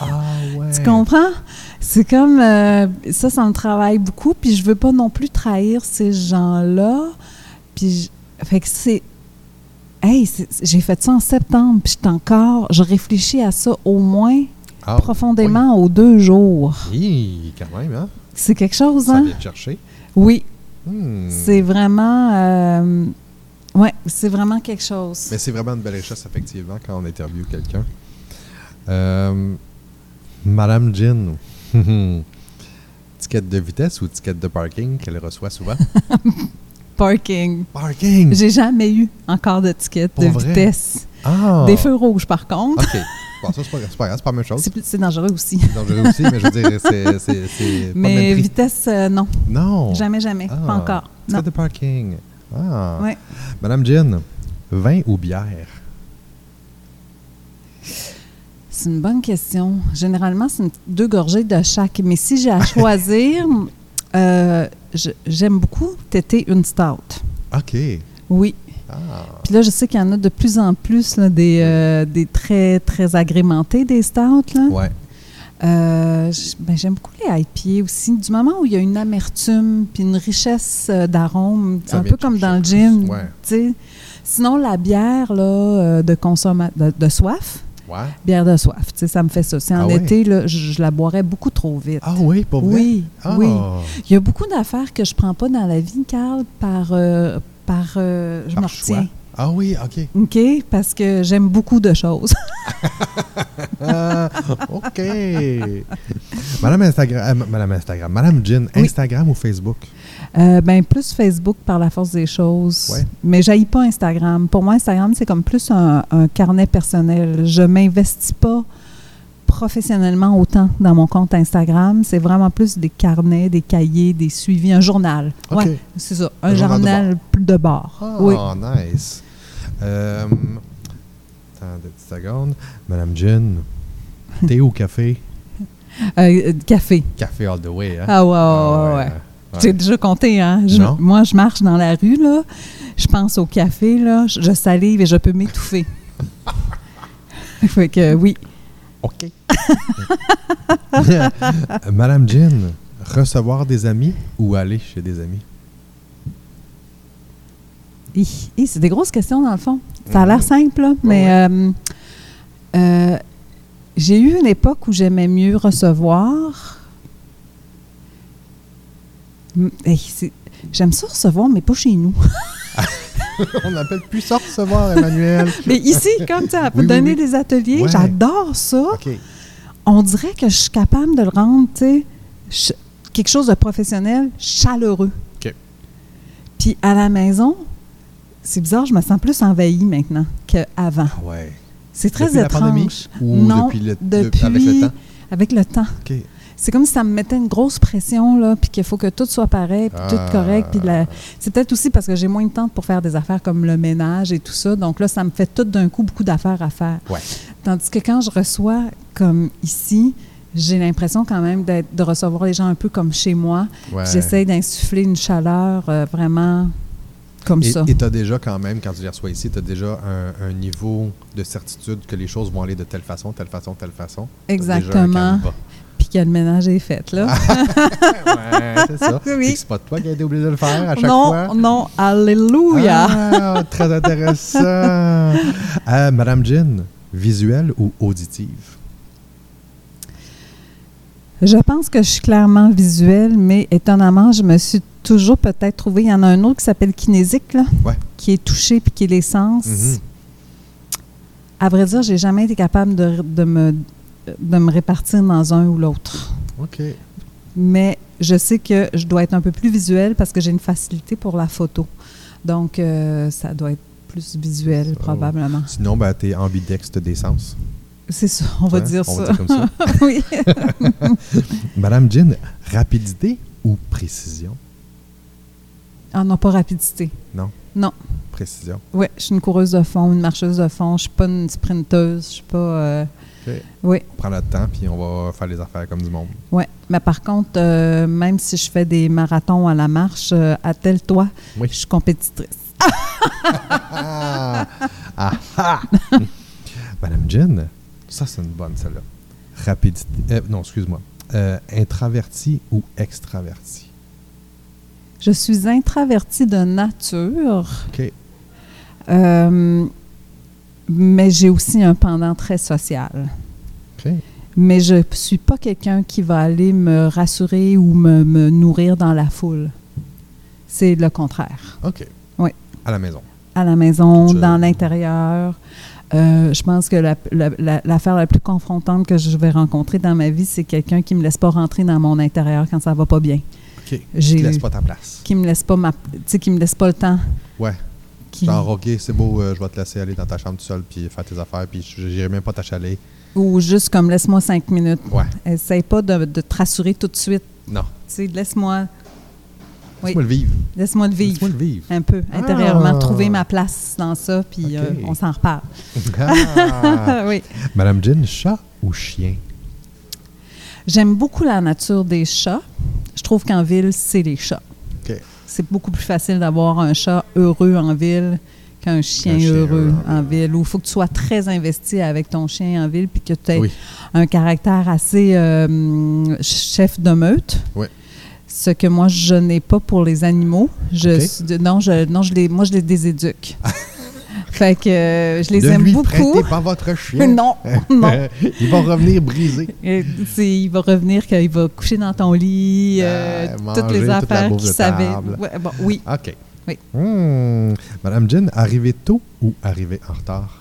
[SPEAKER 1] Ah ouais.
[SPEAKER 2] tu comprends? C'est comme euh, ça, ça me travaille beaucoup, puis je veux pas non plus trahir ces gens-là. Puis, je, fait que c'est. Hey, j'ai fait ça en septembre, puis je encore. Je réfléchis à ça au moins ah, profondément oui. aux deux jours.
[SPEAKER 1] Oui, quand même, hein?
[SPEAKER 2] C'est quelque chose,
[SPEAKER 1] ça
[SPEAKER 2] hein?
[SPEAKER 1] Vient te chercher.
[SPEAKER 2] Oui. Hmm. C'est vraiment. Euh, oui, c'est vraiment quelque chose.
[SPEAKER 1] Mais c'est vraiment une belle richesse, effectivement, quand on interviewe quelqu'un. Euh, Madame Jean, ticket de vitesse ou ticket de parking qu'elle reçoit souvent?
[SPEAKER 2] parking.
[SPEAKER 1] Parking!
[SPEAKER 2] J'ai jamais eu encore de ticket Hmm. Pour de vrai? vitesse.
[SPEAKER 1] Ah.
[SPEAKER 2] Des feux rouges, par contre.
[SPEAKER 1] OK. Bon, ça, c'est pas, pas grave, c'est pas la même chose.
[SPEAKER 2] C'est dangereux aussi.
[SPEAKER 1] C'est dangereux aussi, mais je veux dire, c'est.
[SPEAKER 2] Mais
[SPEAKER 1] pas même prix.
[SPEAKER 2] vitesse, euh, non.
[SPEAKER 1] Non.
[SPEAKER 2] Jamais, jamais.
[SPEAKER 1] Ah.
[SPEAKER 2] Pas encore.
[SPEAKER 1] Ticket de parking. Ah.
[SPEAKER 2] Ouais.
[SPEAKER 1] Madame Jean, vin ou bière?
[SPEAKER 2] C'est une bonne question. Généralement, c'est deux gorgées de chaque. Mais si j'ai à choisir, euh, j'aime beaucoup têter une stout.
[SPEAKER 1] OK.
[SPEAKER 2] Oui.
[SPEAKER 1] Ah.
[SPEAKER 2] Puis là, je sais qu'il y en a de plus en plus là, des, euh, des, très, très agrémentés, des stouts. Là.
[SPEAKER 1] Ouais.
[SPEAKER 2] Euh, j'aime ben, beaucoup les IPA aussi. Du moment où il y a une amertume puis une richesse euh, d'arômes, un peu comme dans le gym.
[SPEAKER 1] Ouais.
[SPEAKER 2] Sinon, la bière là, euh, de, de, de soif,
[SPEAKER 1] Ouais.
[SPEAKER 2] Bière de soif, tu sais, ça me fait ça. C'est en
[SPEAKER 1] ah oui?
[SPEAKER 2] été, là, je, je, la boirais beaucoup trop vite.
[SPEAKER 1] Ah oui, pas vrai?
[SPEAKER 2] Oui,
[SPEAKER 1] ah.
[SPEAKER 2] oui. Il y a beaucoup d'affaires que je prends pas dans la vie, Carl, par... Euh, par euh, je
[SPEAKER 1] Par
[SPEAKER 2] m'en
[SPEAKER 1] choix.
[SPEAKER 2] retiens.
[SPEAKER 1] Ah oui, OK.
[SPEAKER 2] OK? Parce que j'aime beaucoup de choses.
[SPEAKER 1] Ah, OK. Madame Instagram, euh, Madame Instagram, Madame Jean,
[SPEAKER 2] Oui.
[SPEAKER 1] Instagram ou Facebook?
[SPEAKER 2] Euh, ben, plus Facebook par la force des choses.
[SPEAKER 1] Ouais.
[SPEAKER 2] Mais j'aille pas Instagram. Pour moi, Instagram, c'est comme plus un, un carnet personnel. Je m'investis pas professionnellement autant dans mon compte Instagram. C'est vraiment plus des carnets, des cahiers, des suivis, un journal.
[SPEAKER 1] OK.
[SPEAKER 2] Ouais, c'est ça. Un,
[SPEAKER 1] Un journal
[SPEAKER 2] journal,
[SPEAKER 1] de
[SPEAKER 2] de bord.
[SPEAKER 1] Ah,
[SPEAKER 2] oui.
[SPEAKER 1] nice. Euh, attends deux petites secondes. Madame Jean, thé ou café?
[SPEAKER 2] Euh, euh, café.
[SPEAKER 1] Café all the way, hein?
[SPEAKER 2] Ah ouais, ouais, ouais. ouais.
[SPEAKER 1] ouais.
[SPEAKER 2] J'ai déjà compté, hein? Je-
[SPEAKER 1] Non.
[SPEAKER 2] moi, je marche dans la rue, là. Je pense au café, là. Je, je salive et je peux m'étouffer. fait que oui.
[SPEAKER 1] OK. Madame Jean, recevoir des amis ou aller chez des amis?
[SPEAKER 2] Hi, hi, c'est des grosses questions, dans le fond. Ça a l'air simple, là, mais euh, euh, j'ai eu une époque où j'aimais mieux recevoir. Hum, hey, c'est- J'aime ça recevoir, mais pas chez nous.
[SPEAKER 1] On n'appelle plus ça recevoir, Emmanuel.
[SPEAKER 2] Mais ici, comme ça,
[SPEAKER 1] Oui, oui,
[SPEAKER 2] donner
[SPEAKER 1] oui.
[SPEAKER 2] des ateliers,
[SPEAKER 1] Ouais.
[SPEAKER 2] j'adore ça.
[SPEAKER 1] OK.
[SPEAKER 2] On dirait que je suis capable de le rendre, tu sais, ch- quelque chose de professionnel, chaleureux.
[SPEAKER 1] OK.
[SPEAKER 2] Puis à la maison, c'est bizarre, je me sens plus envahie maintenant qu'avant.
[SPEAKER 1] Ah ouais.
[SPEAKER 2] C'est très
[SPEAKER 1] Depuis la
[SPEAKER 2] étrange.
[SPEAKER 1] pandémie ou
[SPEAKER 2] non,
[SPEAKER 1] depuis le- le-
[SPEAKER 2] depuis-
[SPEAKER 1] avec le temps?
[SPEAKER 2] avec le temps.
[SPEAKER 1] OK.
[SPEAKER 2] C'est comme si ça me mettait une grosse pression, là, puis qu'il faut que tout soit pareil, puis
[SPEAKER 1] Ah.
[SPEAKER 2] tout correct. Puis la... C'est peut-être aussi parce que j'ai moins de temps pour faire des affaires comme le ménage et tout ça. Donc là, ça me fait tout d'un coup beaucoup d'affaires à faire.
[SPEAKER 1] Ouais.
[SPEAKER 2] Tandis que quand je reçois, comme ici, j'ai l'impression quand même d'être- de recevoir les gens un peu comme chez moi.
[SPEAKER 1] ouais.
[SPEAKER 2] J'essaie d'insuffler une chaleur euh, vraiment comme
[SPEAKER 1] Et-
[SPEAKER 2] ça.
[SPEAKER 1] Et tu as déjà quand même, quand tu les reçois ici, tu as déjà un, un niveau de certitude que les choses vont aller de telle façon, telle façon, telle façon. T'as déjà un
[SPEAKER 2] Exactement.
[SPEAKER 1] canevas.
[SPEAKER 2] Puis que le ménage est fait, là.
[SPEAKER 1] ouais, c'est ça.
[SPEAKER 2] Oui.
[SPEAKER 1] Fait que C'est pas toi qui as été obligé de le faire à chaque
[SPEAKER 2] non,
[SPEAKER 1] fois.
[SPEAKER 2] non, alléluia.
[SPEAKER 1] Ah, très intéressant. Euh, Madame Jean, visuelle ou auditive?
[SPEAKER 2] Je pense que je suis clairement visuelle, mais étonnamment, je me suis toujours peut-être trouvée. Il y en a un autre qui s'appelle kinésique, là,
[SPEAKER 1] Ouais.
[SPEAKER 2] qui est touché puis qui est l'essence.
[SPEAKER 1] Mhm.
[SPEAKER 2] À vrai dire, j'ai jamais été capable de, de me, de me répartir dans un ou l'autre.
[SPEAKER 1] OK.
[SPEAKER 2] Mais je sais que je dois être un peu plus visuelle parce que j'ai une facilité pour la photo. Donc, euh, ça doit être plus visuel,
[SPEAKER 1] Oh.
[SPEAKER 2] probablement.
[SPEAKER 1] Sinon, ben, tu es ambidextre des sens.
[SPEAKER 2] C'est ça, on va
[SPEAKER 1] Hein?
[SPEAKER 2] dire
[SPEAKER 1] On
[SPEAKER 2] ça.
[SPEAKER 1] va dire comme ça.
[SPEAKER 2] oui.
[SPEAKER 1] Madame Jean, rapidité ou précision?
[SPEAKER 2] Ah non, pas rapidité.
[SPEAKER 1] Précision.
[SPEAKER 2] Oui, je suis une coureuse de fond, une marcheuse de fond. Je suis pas une sprinteuse. Je suis pas. euh,
[SPEAKER 1] OK.
[SPEAKER 2] Oui.
[SPEAKER 1] On prend notre temps, puis on va faire les affaires comme du monde.
[SPEAKER 2] Oui, mais par contre, euh, même si je fais des marathons à la marche, euh, à tel toit,
[SPEAKER 1] Oui.
[SPEAKER 2] je suis compétitrice.
[SPEAKER 1] Ah! Ah! ah! Madame Jen, ça, c'est une bonne, celle-là. Rapidité. euh, non, excuse-moi. Euh, intraverti ou extraverti?
[SPEAKER 2] Je suis introvertie de nature,
[SPEAKER 1] OK.
[SPEAKER 2] euh, mais j'ai aussi un pendant très social.
[SPEAKER 1] OK.
[SPEAKER 2] Mais je suis pas quelqu'un qui va aller me rassurer ou me, me nourrir dans la foule. C'est le contraire.
[SPEAKER 1] OK.
[SPEAKER 2] Oui.
[SPEAKER 1] À la maison.
[SPEAKER 2] À la maison,
[SPEAKER 1] Toute seule.
[SPEAKER 2] dans l'intérieur. Euh, je pense que la- la- la- l'affaire la, plus confrontante que je vais rencontrer dans ma vie, c'est quelqu'un qui me laisse pas rentrer dans mon intérieur quand ça va pas bien.
[SPEAKER 1] OK. Tu
[SPEAKER 2] Euh, J'ai-
[SPEAKER 1] te laisses pas ta place.
[SPEAKER 2] Qui me laisse pas ma, tu sais, qui me laisse pas le temps.
[SPEAKER 1] Ouais.
[SPEAKER 2] Qui-
[SPEAKER 1] Genre, OK, c'est beau, euh, je vais te laisser aller dans ta chambre tout seul, puis faire tes affaires, puis je- j'irai même pas t'achaler.
[SPEAKER 2] ou juste comme laisse-moi cinq minutes.
[SPEAKER 1] Ouais.
[SPEAKER 2] Essaye pas de, de te rassurer tout de suite.
[SPEAKER 1] Non.
[SPEAKER 2] Tu sais, laisse-moi, Oui.
[SPEAKER 1] Laisse-moi le vivre.
[SPEAKER 2] laisse-moi le vivre.
[SPEAKER 1] Laisse-moi le vivre.
[SPEAKER 2] un peu intérieurement,
[SPEAKER 1] Ah.
[SPEAKER 2] trouver ma place dans ça, puis
[SPEAKER 1] Ok.
[SPEAKER 2] euh, on s'en reparle.
[SPEAKER 1] Ah!
[SPEAKER 2] oui.
[SPEAKER 1] Madame Jen, chat ou chien?
[SPEAKER 2] J'aime beaucoup la nature des chats. Je trouve qu'en ville, c'est les chats.
[SPEAKER 1] OK.
[SPEAKER 2] C'est beaucoup plus facile d'avoir un chat heureux en ville qu'un chien,
[SPEAKER 1] chien
[SPEAKER 2] heureux
[SPEAKER 1] heureux
[SPEAKER 2] en ville. Ou il faut que tu sois très investi avec ton chien en ville, puis que tu aies
[SPEAKER 1] Oui.
[SPEAKER 2] un caractère assez euh, hum, chef de meute.
[SPEAKER 1] Oui.
[SPEAKER 2] Ce que moi, je n'ai pas pour les animaux. Je,
[SPEAKER 1] OK. Ah.
[SPEAKER 2] suis- Non, je, non je les, moi, je les déséduque. fait que euh, je les
[SPEAKER 1] ne
[SPEAKER 2] aime
[SPEAKER 1] lui
[SPEAKER 2] beaucoup.
[SPEAKER 1] Prêtez pas votre chien.
[SPEAKER 2] Non, non.
[SPEAKER 1] Ils vont revenir brisés.
[SPEAKER 2] Et, Euh, tu sais, il va revenir, qu'il va coucher dans ton lit, euh,
[SPEAKER 1] Ah,
[SPEAKER 2] toutes
[SPEAKER 1] manger
[SPEAKER 2] les
[SPEAKER 1] toute la
[SPEAKER 2] affaires
[SPEAKER 1] bouffe
[SPEAKER 2] qu'il
[SPEAKER 1] de
[SPEAKER 2] savait.
[SPEAKER 1] table.
[SPEAKER 2] Ouais, bon, oui,
[SPEAKER 1] OK.
[SPEAKER 2] Oui.
[SPEAKER 1] Hmm. Madame Jen, arrivez tôt ou arrivez en retard?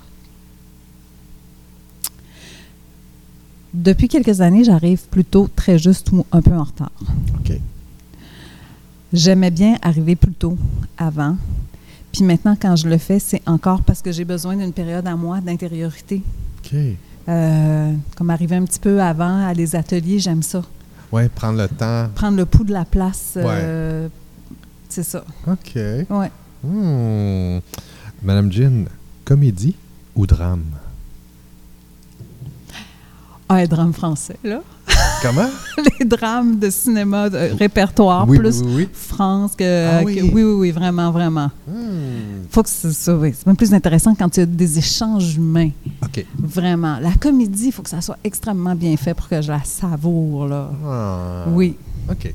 [SPEAKER 2] depuis quelques années, j'arrive plutôt très juste ou un peu en retard.
[SPEAKER 1] OK.
[SPEAKER 2] J'aimais bien arriver plus tôt avant. Puis maintenant, quand je le fais, c'est encore parce que j'ai besoin d'une période à moi d'intériorité.
[SPEAKER 1] OK.
[SPEAKER 2] Euh, comme arriver un petit peu avant à des ateliers, j'aime ça.
[SPEAKER 1] Ouais, prendre le temps.
[SPEAKER 2] Prendre le pouls de la place, euh, c'est ça.
[SPEAKER 1] OK.
[SPEAKER 2] Ouais.
[SPEAKER 1] Hmm. Madame Jen, comédie ou drame?
[SPEAKER 2] Ah, un drame français, là.
[SPEAKER 1] Comment?
[SPEAKER 2] Les drames de cinéma, de répertoire,
[SPEAKER 1] oui,
[SPEAKER 2] plus
[SPEAKER 1] oui, oui, oui.
[SPEAKER 2] France que,
[SPEAKER 1] Ah
[SPEAKER 2] que-
[SPEAKER 1] oui.
[SPEAKER 2] oui. oui, oui, vraiment, vraiment.
[SPEAKER 1] Hmm.
[SPEAKER 2] Faut que c'est ça, oui. C'est même plus intéressant quand tu as des échanges humains,
[SPEAKER 1] OK.
[SPEAKER 2] vraiment. La comédie, il faut que ça soit extrêmement bien fait pour que je la savoure, là.
[SPEAKER 1] Ah.
[SPEAKER 2] Oui.
[SPEAKER 1] OK.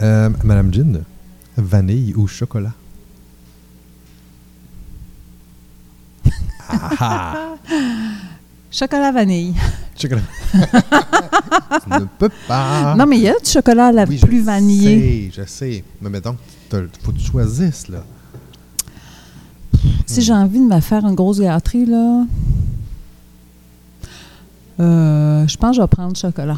[SPEAKER 1] Euh, Madame Jen, vanille ou chocolat? Ah ah!
[SPEAKER 2] Chocolat vanille.
[SPEAKER 1] Chocolat. tu ne peux pas.
[SPEAKER 2] Non, mais il y a du chocolat à la
[SPEAKER 1] Ah. Oui, je
[SPEAKER 2] plus vanillé.
[SPEAKER 1] sais, je sais. Mais mettons, il faut que tu choisisses, là.
[SPEAKER 2] Si j'ai envie de me faire une grosse gâterie, là, euh, je pense que je vais prendre chocolat.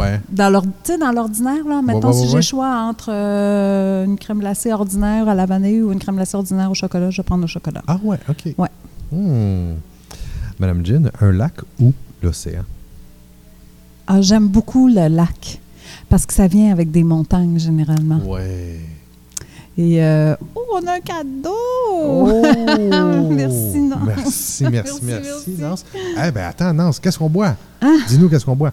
[SPEAKER 1] Ouais.
[SPEAKER 2] Dans l'or- tu sais, dans l'ordinaire, là, mettons,
[SPEAKER 1] ouais,
[SPEAKER 2] si
[SPEAKER 1] ouais,
[SPEAKER 2] j'ai
[SPEAKER 1] ouais.
[SPEAKER 2] le choix entre euh, une crème glacée ordinaire à la vanille ou une crème glacée ordinaire au chocolat, je vais prendre le chocolat.
[SPEAKER 1] Ah ouais, OK.
[SPEAKER 2] Ouais.
[SPEAKER 1] Hmm. Madame Jean, un lac ou l'océan?
[SPEAKER 2] Ah, j'aime beaucoup le lac parce que ça vient avec des montagnes généralement.
[SPEAKER 1] Ouais.
[SPEAKER 2] Et euh, oh, on a un cadeau!
[SPEAKER 1] Oh!
[SPEAKER 2] Oh! Merci, Nance.
[SPEAKER 1] Merci, merci,
[SPEAKER 2] Merci,
[SPEAKER 1] merci,
[SPEAKER 2] merci. Ah!
[SPEAKER 1] Nance. Eh bien, attends, Nance, qu'est-ce qu'on boit? Dis-nous qu'est-ce qu'on boit.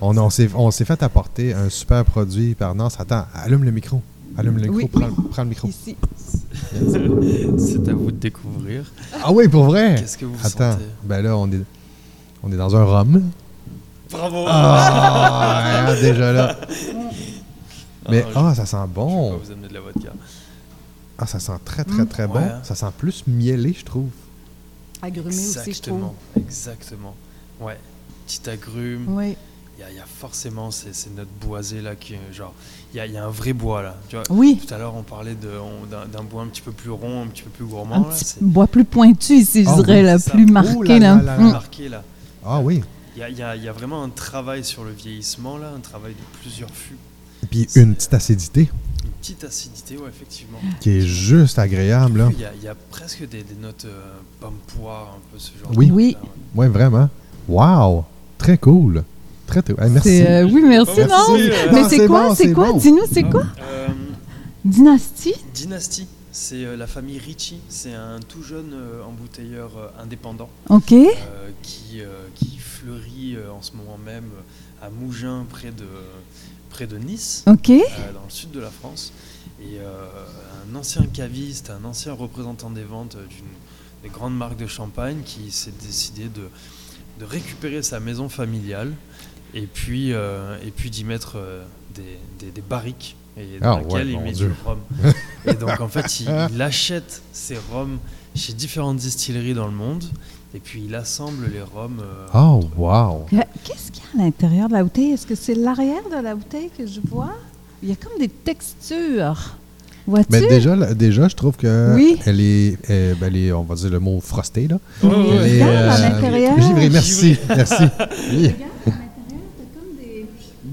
[SPEAKER 1] On, on s'est on s'est fait apporter un super produit par Nance. Attends, allume le micro. Allume le micro,
[SPEAKER 2] Oui,
[SPEAKER 1] prends, le- prends le micro.
[SPEAKER 2] Ici.
[SPEAKER 3] C'est à vous de découvrir.
[SPEAKER 1] Ah oui, pour vrai?
[SPEAKER 3] Qu'est-ce que vous
[SPEAKER 1] Attends,
[SPEAKER 3] sentez
[SPEAKER 1] ben là, on est, on est dans un rhum.
[SPEAKER 3] Bravo
[SPEAKER 1] Ah, hein, déjà là. Mais
[SPEAKER 3] je-
[SPEAKER 1] ah, ça sent
[SPEAKER 3] Je vais
[SPEAKER 1] bon.
[SPEAKER 3] pas vous amener de la vodka.
[SPEAKER 1] Ah, ça sent très, très, très
[SPEAKER 3] Ouais,
[SPEAKER 1] bon.
[SPEAKER 3] hein.
[SPEAKER 1] Ça sent plus mielé, je trouve.
[SPEAKER 2] Agrumé aussi, je trouve.
[SPEAKER 3] Exactement, exactement. Ouais, petite agrume.
[SPEAKER 2] Oui,
[SPEAKER 3] Il y a- il y, a forcément, c'est c'est notre boisé là qui est genre. Il y a, il y a un vrai bois là. Tu vois,
[SPEAKER 2] oui.
[SPEAKER 3] tout à l'heure, on parlait de- on- d'un d'un bois un petit peu plus rond, un petit peu plus
[SPEAKER 2] un
[SPEAKER 3] gourmand. là,
[SPEAKER 2] petit
[SPEAKER 3] c'est
[SPEAKER 2] bois plus pointu ici, je
[SPEAKER 1] Ah oui,
[SPEAKER 2] dirais, le
[SPEAKER 3] ça.
[SPEAKER 2] plus
[SPEAKER 3] Ouh
[SPEAKER 1] là
[SPEAKER 2] marqué. là.
[SPEAKER 1] là là là.
[SPEAKER 2] Mm.
[SPEAKER 3] marqué là.
[SPEAKER 1] Ah oui.
[SPEAKER 3] Il y a, il y a- il y a vraiment un travail sur le vieillissement là, un travail de plusieurs fûts.
[SPEAKER 1] Puis
[SPEAKER 3] C'est-
[SPEAKER 1] une petite acidité
[SPEAKER 3] Une petite acidité, ouais, effectivement.
[SPEAKER 1] qui hein. est juste agréable, là.
[SPEAKER 3] Il y, a, il y a presque des, des notes euh, pomme poire, un peu ce genre
[SPEAKER 1] Oui.
[SPEAKER 3] de
[SPEAKER 2] Oui.
[SPEAKER 3] choses-là, ouais.
[SPEAKER 1] Ouais, vraiment. Wow! Très cool. Très, très... eh, merci.
[SPEAKER 2] C'est, euh, oui, merci,
[SPEAKER 3] Merci.
[SPEAKER 2] non?
[SPEAKER 3] Euh,
[SPEAKER 2] Mais
[SPEAKER 1] non,
[SPEAKER 2] c'est
[SPEAKER 1] c'est
[SPEAKER 2] quoi?
[SPEAKER 1] bon, Ah.
[SPEAKER 2] c'est
[SPEAKER 1] c'est
[SPEAKER 2] quoi?
[SPEAKER 1] bon.
[SPEAKER 2] Dis-nous, c'est quoi?
[SPEAKER 3] Euh,
[SPEAKER 2] Dynastie?
[SPEAKER 3] Dynastie. Euh, C'est euh, la famille Ricci. C'est un tout jeune euh, embouteilleur euh, indépendant
[SPEAKER 2] OK.
[SPEAKER 3] qui, euh, qui fleurit euh, en ce moment même euh, à Mougins, près de, près de Nice,
[SPEAKER 2] OK.
[SPEAKER 3] euh, dans le sud de la France. Et euh, un ancien caviste, un ancien représentant des ventes euh, d'une des grandes marques de champagne qui s'est décidé de, de récupérer sa maison familiale et puis, euh, et puis d'y mettre euh, des, des- des barriques et dans
[SPEAKER 1] Ah ouais,
[SPEAKER 3] lesquelles il
[SPEAKER 1] mon
[SPEAKER 3] met
[SPEAKER 1] Dieu.
[SPEAKER 3] du rhum. Et donc en fait, il, il achète ses rhums chez différentes distilleries dans le monde et puis il assemble les rhums. euh,
[SPEAKER 1] Oh,
[SPEAKER 3] entre eux.
[SPEAKER 1] wow!
[SPEAKER 2] Il y a- Qu'est-ce qu'il y a à l'intérieur de la bouteille? Est-ce que c'est l'arrière de la bouteille que je vois? Il y a comme des textures. Vois-tu?
[SPEAKER 1] Mais Ben, déjà, là- déjà, je trouve que
[SPEAKER 2] Oui.
[SPEAKER 1] elle, est, euh, ben, elle est- on va dire le mot frosté, là.
[SPEAKER 3] Ouais, ouais,
[SPEAKER 2] Il
[SPEAKER 1] Elle
[SPEAKER 3] ouais.
[SPEAKER 1] est, euh,
[SPEAKER 2] regarde à l'intérieur.
[SPEAKER 1] givrée, merci, merci. Oui,
[SPEAKER 2] Regarde, à l'intérieur, t'as comme des...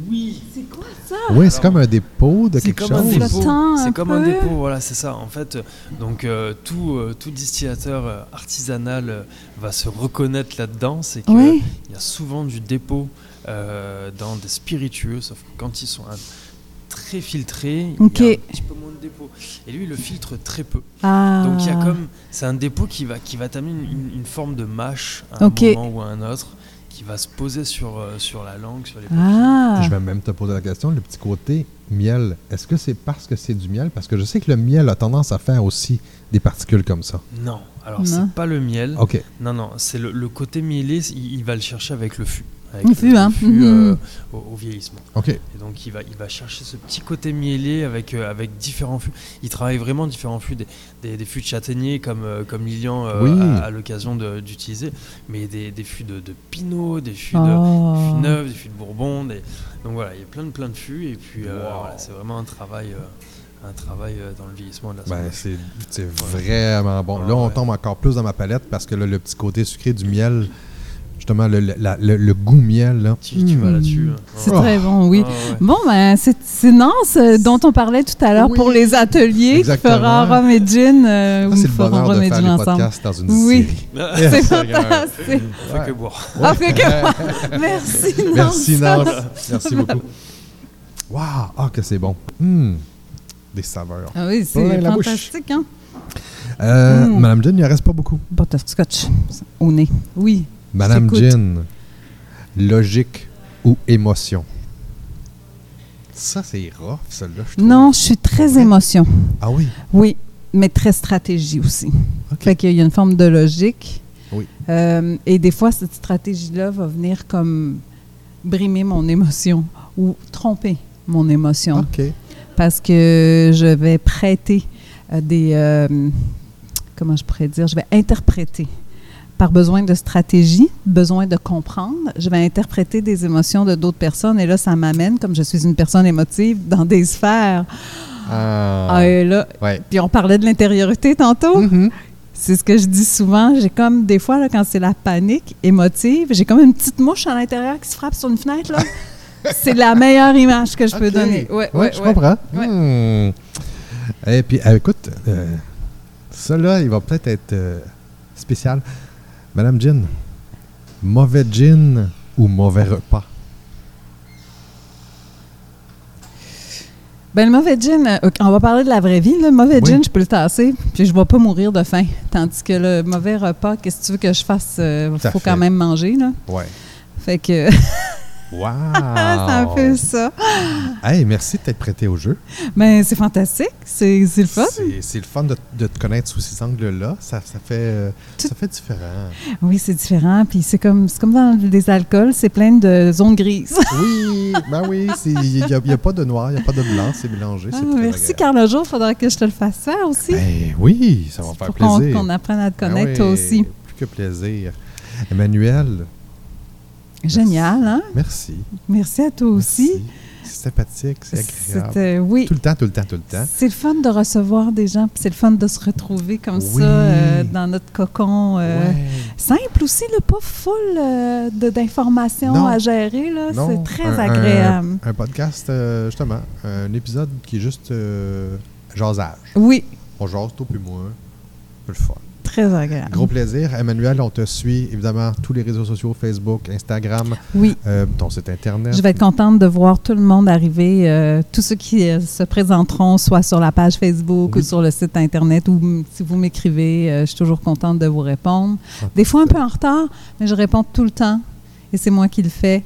[SPEAKER 3] Oui.
[SPEAKER 2] C'est quoi ça?
[SPEAKER 1] Oui, c'est comme un dépôt de
[SPEAKER 3] C'est
[SPEAKER 1] quelque
[SPEAKER 3] comme
[SPEAKER 1] chose.
[SPEAKER 3] un dépôt.
[SPEAKER 2] Flottant un
[SPEAKER 3] C'est comme un
[SPEAKER 2] peu.
[SPEAKER 3] dépôt, voilà, c'est ça. En fait, donc euh, tout, euh, tout distillateur euh, artisanal euh, va se reconnaître là-dedans. C'est que
[SPEAKER 2] Oui.
[SPEAKER 3] il y a souvent du dépôt euh, dans des spiritueux, sauf que quand ils sont un- très filtrés,
[SPEAKER 2] Ok.
[SPEAKER 3] il y a un petit peu moins de dépôt. Et lui, il le filtre très peu.
[SPEAKER 2] Ah.
[SPEAKER 3] Donc il y a comme, c'est un dépôt qui va, qui va t'amener une, une forme de mâche à un
[SPEAKER 2] Ok.
[SPEAKER 3] moment ou à un autre, qui va se poser sur, euh, sur la langue, sur les
[SPEAKER 2] Ah.
[SPEAKER 1] Je vais même te poser la question, le petit côté miel, est-ce que c'est parce que c'est du miel? Parce que je sais que le miel a tendance à faire aussi des particules comme ça.
[SPEAKER 3] Non, alors
[SPEAKER 2] Non.
[SPEAKER 3] c'est pas le miel.
[SPEAKER 1] OK.
[SPEAKER 3] Non, non, c'est le, le côté mielé, il, il va le chercher avec le fût. Avec
[SPEAKER 2] Le fût, hein. Mhm.
[SPEAKER 3] euh, au, au vieillissement.
[SPEAKER 1] OK.
[SPEAKER 3] Et donc il va, il va chercher ce petit côté mielé avec, euh, avec différents fûts. Il travaille vraiment différents fûts, des, des, des fûts de châtaignier comme, euh, comme Lilian euh,
[SPEAKER 1] Oui.
[SPEAKER 3] a, a l'occasion de- d'utiliser, mais des, des fûts de, de pinot, des fûts de
[SPEAKER 2] Oh.
[SPEAKER 3] des fûts neufs, des fûts de bourbon. des- Donc voilà, il y a plein de, plein de fûts et puis euh,
[SPEAKER 1] Wow.
[SPEAKER 3] voilà, c'est vraiment un travail, euh, un travail euh, dans le vieillissement de la
[SPEAKER 1] Ben,
[SPEAKER 2] Bah,
[SPEAKER 3] sauvage.
[SPEAKER 1] c'est c'est vraiment bon. Là, on
[SPEAKER 3] Ouais.
[SPEAKER 1] tombe encore plus dans ma palette parce que là, le petit côté sucré du miel, justement, le, le- la- le- le goût miel, là.
[SPEAKER 3] Tu, tu vas
[SPEAKER 1] Mm.
[SPEAKER 3] là-dessus. hein.
[SPEAKER 2] C'est
[SPEAKER 1] Oh.
[SPEAKER 2] très bon, oui.
[SPEAKER 3] Ah ouais.
[SPEAKER 2] Bon, ben, c'est c'est Nance euh, dont on parlait tout à l'heure
[SPEAKER 1] Oui.
[SPEAKER 2] pour les ateliers qui
[SPEAKER 1] Exactement.
[SPEAKER 2] fera Rome et Gin. euh,
[SPEAKER 1] Ça,
[SPEAKER 2] où
[SPEAKER 1] c'est
[SPEAKER 2] nous
[SPEAKER 1] le
[SPEAKER 2] ferons
[SPEAKER 1] bonheur
[SPEAKER 2] Rome
[SPEAKER 1] de
[SPEAKER 2] et
[SPEAKER 1] faire
[SPEAKER 2] Gin
[SPEAKER 1] les
[SPEAKER 2] ensemble.
[SPEAKER 1] podcasts dans une
[SPEAKER 2] Oui.
[SPEAKER 1] série.
[SPEAKER 2] C'est
[SPEAKER 1] Yes, regarde.
[SPEAKER 2] fantastique.
[SPEAKER 3] On fait que boire.
[SPEAKER 2] Ah, fait que- Merci, Nance.
[SPEAKER 1] Merci, Nance. Merci beaucoup. Waouh! Ah, que c'est bon. Hmm. Des saveurs.
[SPEAKER 2] Ah oui,
[SPEAKER 1] Plein
[SPEAKER 2] c'est
[SPEAKER 1] la bouche.
[SPEAKER 2] fantastique, hein?
[SPEAKER 1] Euh,
[SPEAKER 2] Mm.
[SPEAKER 1] Madame Jean, il en reste pas beaucoup.
[SPEAKER 2] Butterscotch au nez. Oui.
[SPEAKER 1] Madame
[SPEAKER 2] J'écoute.
[SPEAKER 1] Jean, logique ou émotion? Ça, c'est rough, celle-là, je trouve.
[SPEAKER 2] Non, je suis très émotion.
[SPEAKER 1] Ah oui?
[SPEAKER 2] Oui, mais très stratégie aussi.
[SPEAKER 1] OK.
[SPEAKER 2] Fait qu'il y a une forme de logique.
[SPEAKER 1] Oui.
[SPEAKER 2] Euh, et des fois, cette stratégie-là va venir comme brimer mon émotion ou tromper mon émotion
[SPEAKER 1] OK.
[SPEAKER 2] parce que je vais prêter euh, des... euh, comment je pourrais dire? Je vais interpréter par besoin de stratégie, besoin de comprendre. Je vais interpréter des émotions de d'autres personnes et là, ça m'amène, comme je suis une personne émotive, dans des sphères.
[SPEAKER 1] Ah,
[SPEAKER 2] Ah, oh. et là,
[SPEAKER 1] ouais.
[SPEAKER 2] puis on parlait de l'intériorité tantôt.
[SPEAKER 1] Mhm.
[SPEAKER 2] C'est ce que je dis souvent. J'ai comme, des fois, là, quand c'est la panique émotive, j'ai comme une petite mouche à l'intérieur qui se frappe sur une fenêtre. Là. c'est la meilleure image que je peux
[SPEAKER 1] Ok.
[SPEAKER 2] donner. Ouais,
[SPEAKER 1] Ouais,
[SPEAKER 2] ouais,
[SPEAKER 1] je
[SPEAKER 2] ouais.
[SPEAKER 1] comprends.
[SPEAKER 2] Ouais.
[SPEAKER 1] Hmm. Et puis, euh, écoute, euh, ça là, il va peut-être être, euh, spécial. Madame Jean, mauvais gin ou mauvais repas?
[SPEAKER 2] Ben, le mauvais gin, euh, ok, on va parler de la vraie vie. là. Le mauvais
[SPEAKER 1] Oui.
[SPEAKER 2] gin, je peux le tasser, puis je ne vais pas mourir de faim. Tandis que le mauvais repas, qu'est-ce que tu veux que je fasse? Il
[SPEAKER 1] Tout à
[SPEAKER 2] faut
[SPEAKER 1] fait.
[SPEAKER 2] quand même manger. Là.
[SPEAKER 1] Ouais.
[SPEAKER 2] Fait que
[SPEAKER 1] Wow! Ah.
[SPEAKER 2] c'est un peu ça.
[SPEAKER 1] Hey, merci de t'être prêté au jeu.
[SPEAKER 2] Mais c'est fantastique. C'est c'est le fun.
[SPEAKER 1] C'est c'est le fun de, de te connaître sous ces angles-là. Ça, ça, fait, euh,
[SPEAKER 2] Tout-
[SPEAKER 1] ça fait différent.
[SPEAKER 2] Oui, c'est différent. Puis c'est comme, c'est comme dans les alcools, c'est plein de zones grises.
[SPEAKER 1] Oui, ben oui, il n'y a, y a pas de noir, il n'y a pas de blanc, c'est mélangé. c'est
[SPEAKER 2] Ah,
[SPEAKER 1] très
[SPEAKER 2] merci,
[SPEAKER 1] agréable.
[SPEAKER 2] Carl. Un jour, il faudra que je te le fasse faire aussi.
[SPEAKER 1] Ben oui, ça va faire
[SPEAKER 2] pour qu'on-
[SPEAKER 1] plaisir.
[SPEAKER 2] qu'on apprenne à te
[SPEAKER 1] Ben
[SPEAKER 2] connaître, toi
[SPEAKER 1] oui,
[SPEAKER 2] aussi.
[SPEAKER 1] Plus que plaisir. Emmanuel,
[SPEAKER 2] Génial, hein?
[SPEAKER 1] merci.
[SPEAKER 2] Merci à toi aussi.
[SPEAKER 1] Merci. C'est sympathique, c'est agréable.
[SPEAKER 2] C'était- oui.
[SPEAKER 1] Tout le temps, tout le temps, tout le temps.
[SPEAKER 2] C'est le fun de recevoir des gens, puis c'est le fun de se retrouver comme
[SPEAKER 1] Oui.
[SPEAKER 2] ça euh, dans notre cocon. euh,
[SPEAKER 1] Ouais.
[SPEAKER 2] Simple aussi, là, pas full euh, de- d'informations
[SPEAKER 1] Non.
[SPEAKER 2] à gérer. là.
[SPEAKER 1] Non,
[SPEAKER 2] C'est très
[SPEAKER 1] un- un-
[SPEAKER 2] agréable.
[SPEAKER 1] Un, podcast, euh, justement, un épisode qui est juste euh, jasage.
[SPEAKER 2] Oui,
[SPEAKER 1] On jase, toi puis moi. C'est le fun.
[SPEAKER 2] Très agréable.
[SPEAKER 1] Gros plaisir. Emmanuel, on te suit évidemment tous les réseaux sociaux, Facebook, Instagram,
[SPEAKER 2] Oui.
[SPEAKER 1] euh, ton site Internet.
[SPEAKER 2] Je vais être contente de voir tout le monde arriver, euh, tous ceux qui euh, se présenteront, soit sur la page Facebook
[SPEAKER 1] Oui.
[SPEAKER 2] ou sur le site Internet, ou m- si vous m'écrivez, euh, je suis toujours contente de vous répondre.
[SPEAKER 1] Ah,
[SPEAKER 2] Des fois un peu en retard, mais je réponds tout le temps, et c'est moi qui le fais.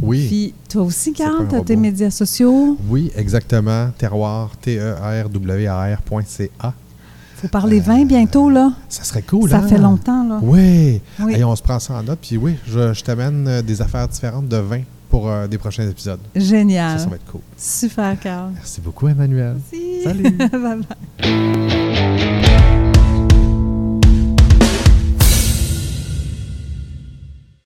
[SPEAKER 1] Oui.
[SPEAKER 2] Puis toi aussi,
[SPEAKER 1] C'est pas un
[SPEAKER 2] Carl, tu as tes
[SPEAKER 1] robot.
[SPEAKER 2] médias sociaux,
[SPEAKER 1] Oui, exactement. Terroir, T-E-R-W-A-R.ca.
[SPEAKER 2] faut
[SPEAKER 1] Euh,
[SPEAKER 2] parler vin bientôt, là.
[SPEAKER 1] Ça serait cool,
[SPEAKER 2] ça
[SPEAKER 1] hein?
[SPEAKER 2] fait longtemps, là.
[SPEAKER 1] Oui.
[SPEAKER 2] Oui.
[SPEAKER 1] Et on se prend ça en note. Puis oui, je, je t'amène euh, des affaires différentes de vin pour euh, des prochains épisodes. Ça,
[SPEAKER 2] Génial.
[SPEAKER 1] ça va être cool.
[SPEAKER 2] Super, Carl.
[SPEAKER 1] Merci beaucoup, Emmanuel.
[SPEAKER 2] Merci.
[SPEAKER 1] Salut.
[SPEAKER 2] Bye bye.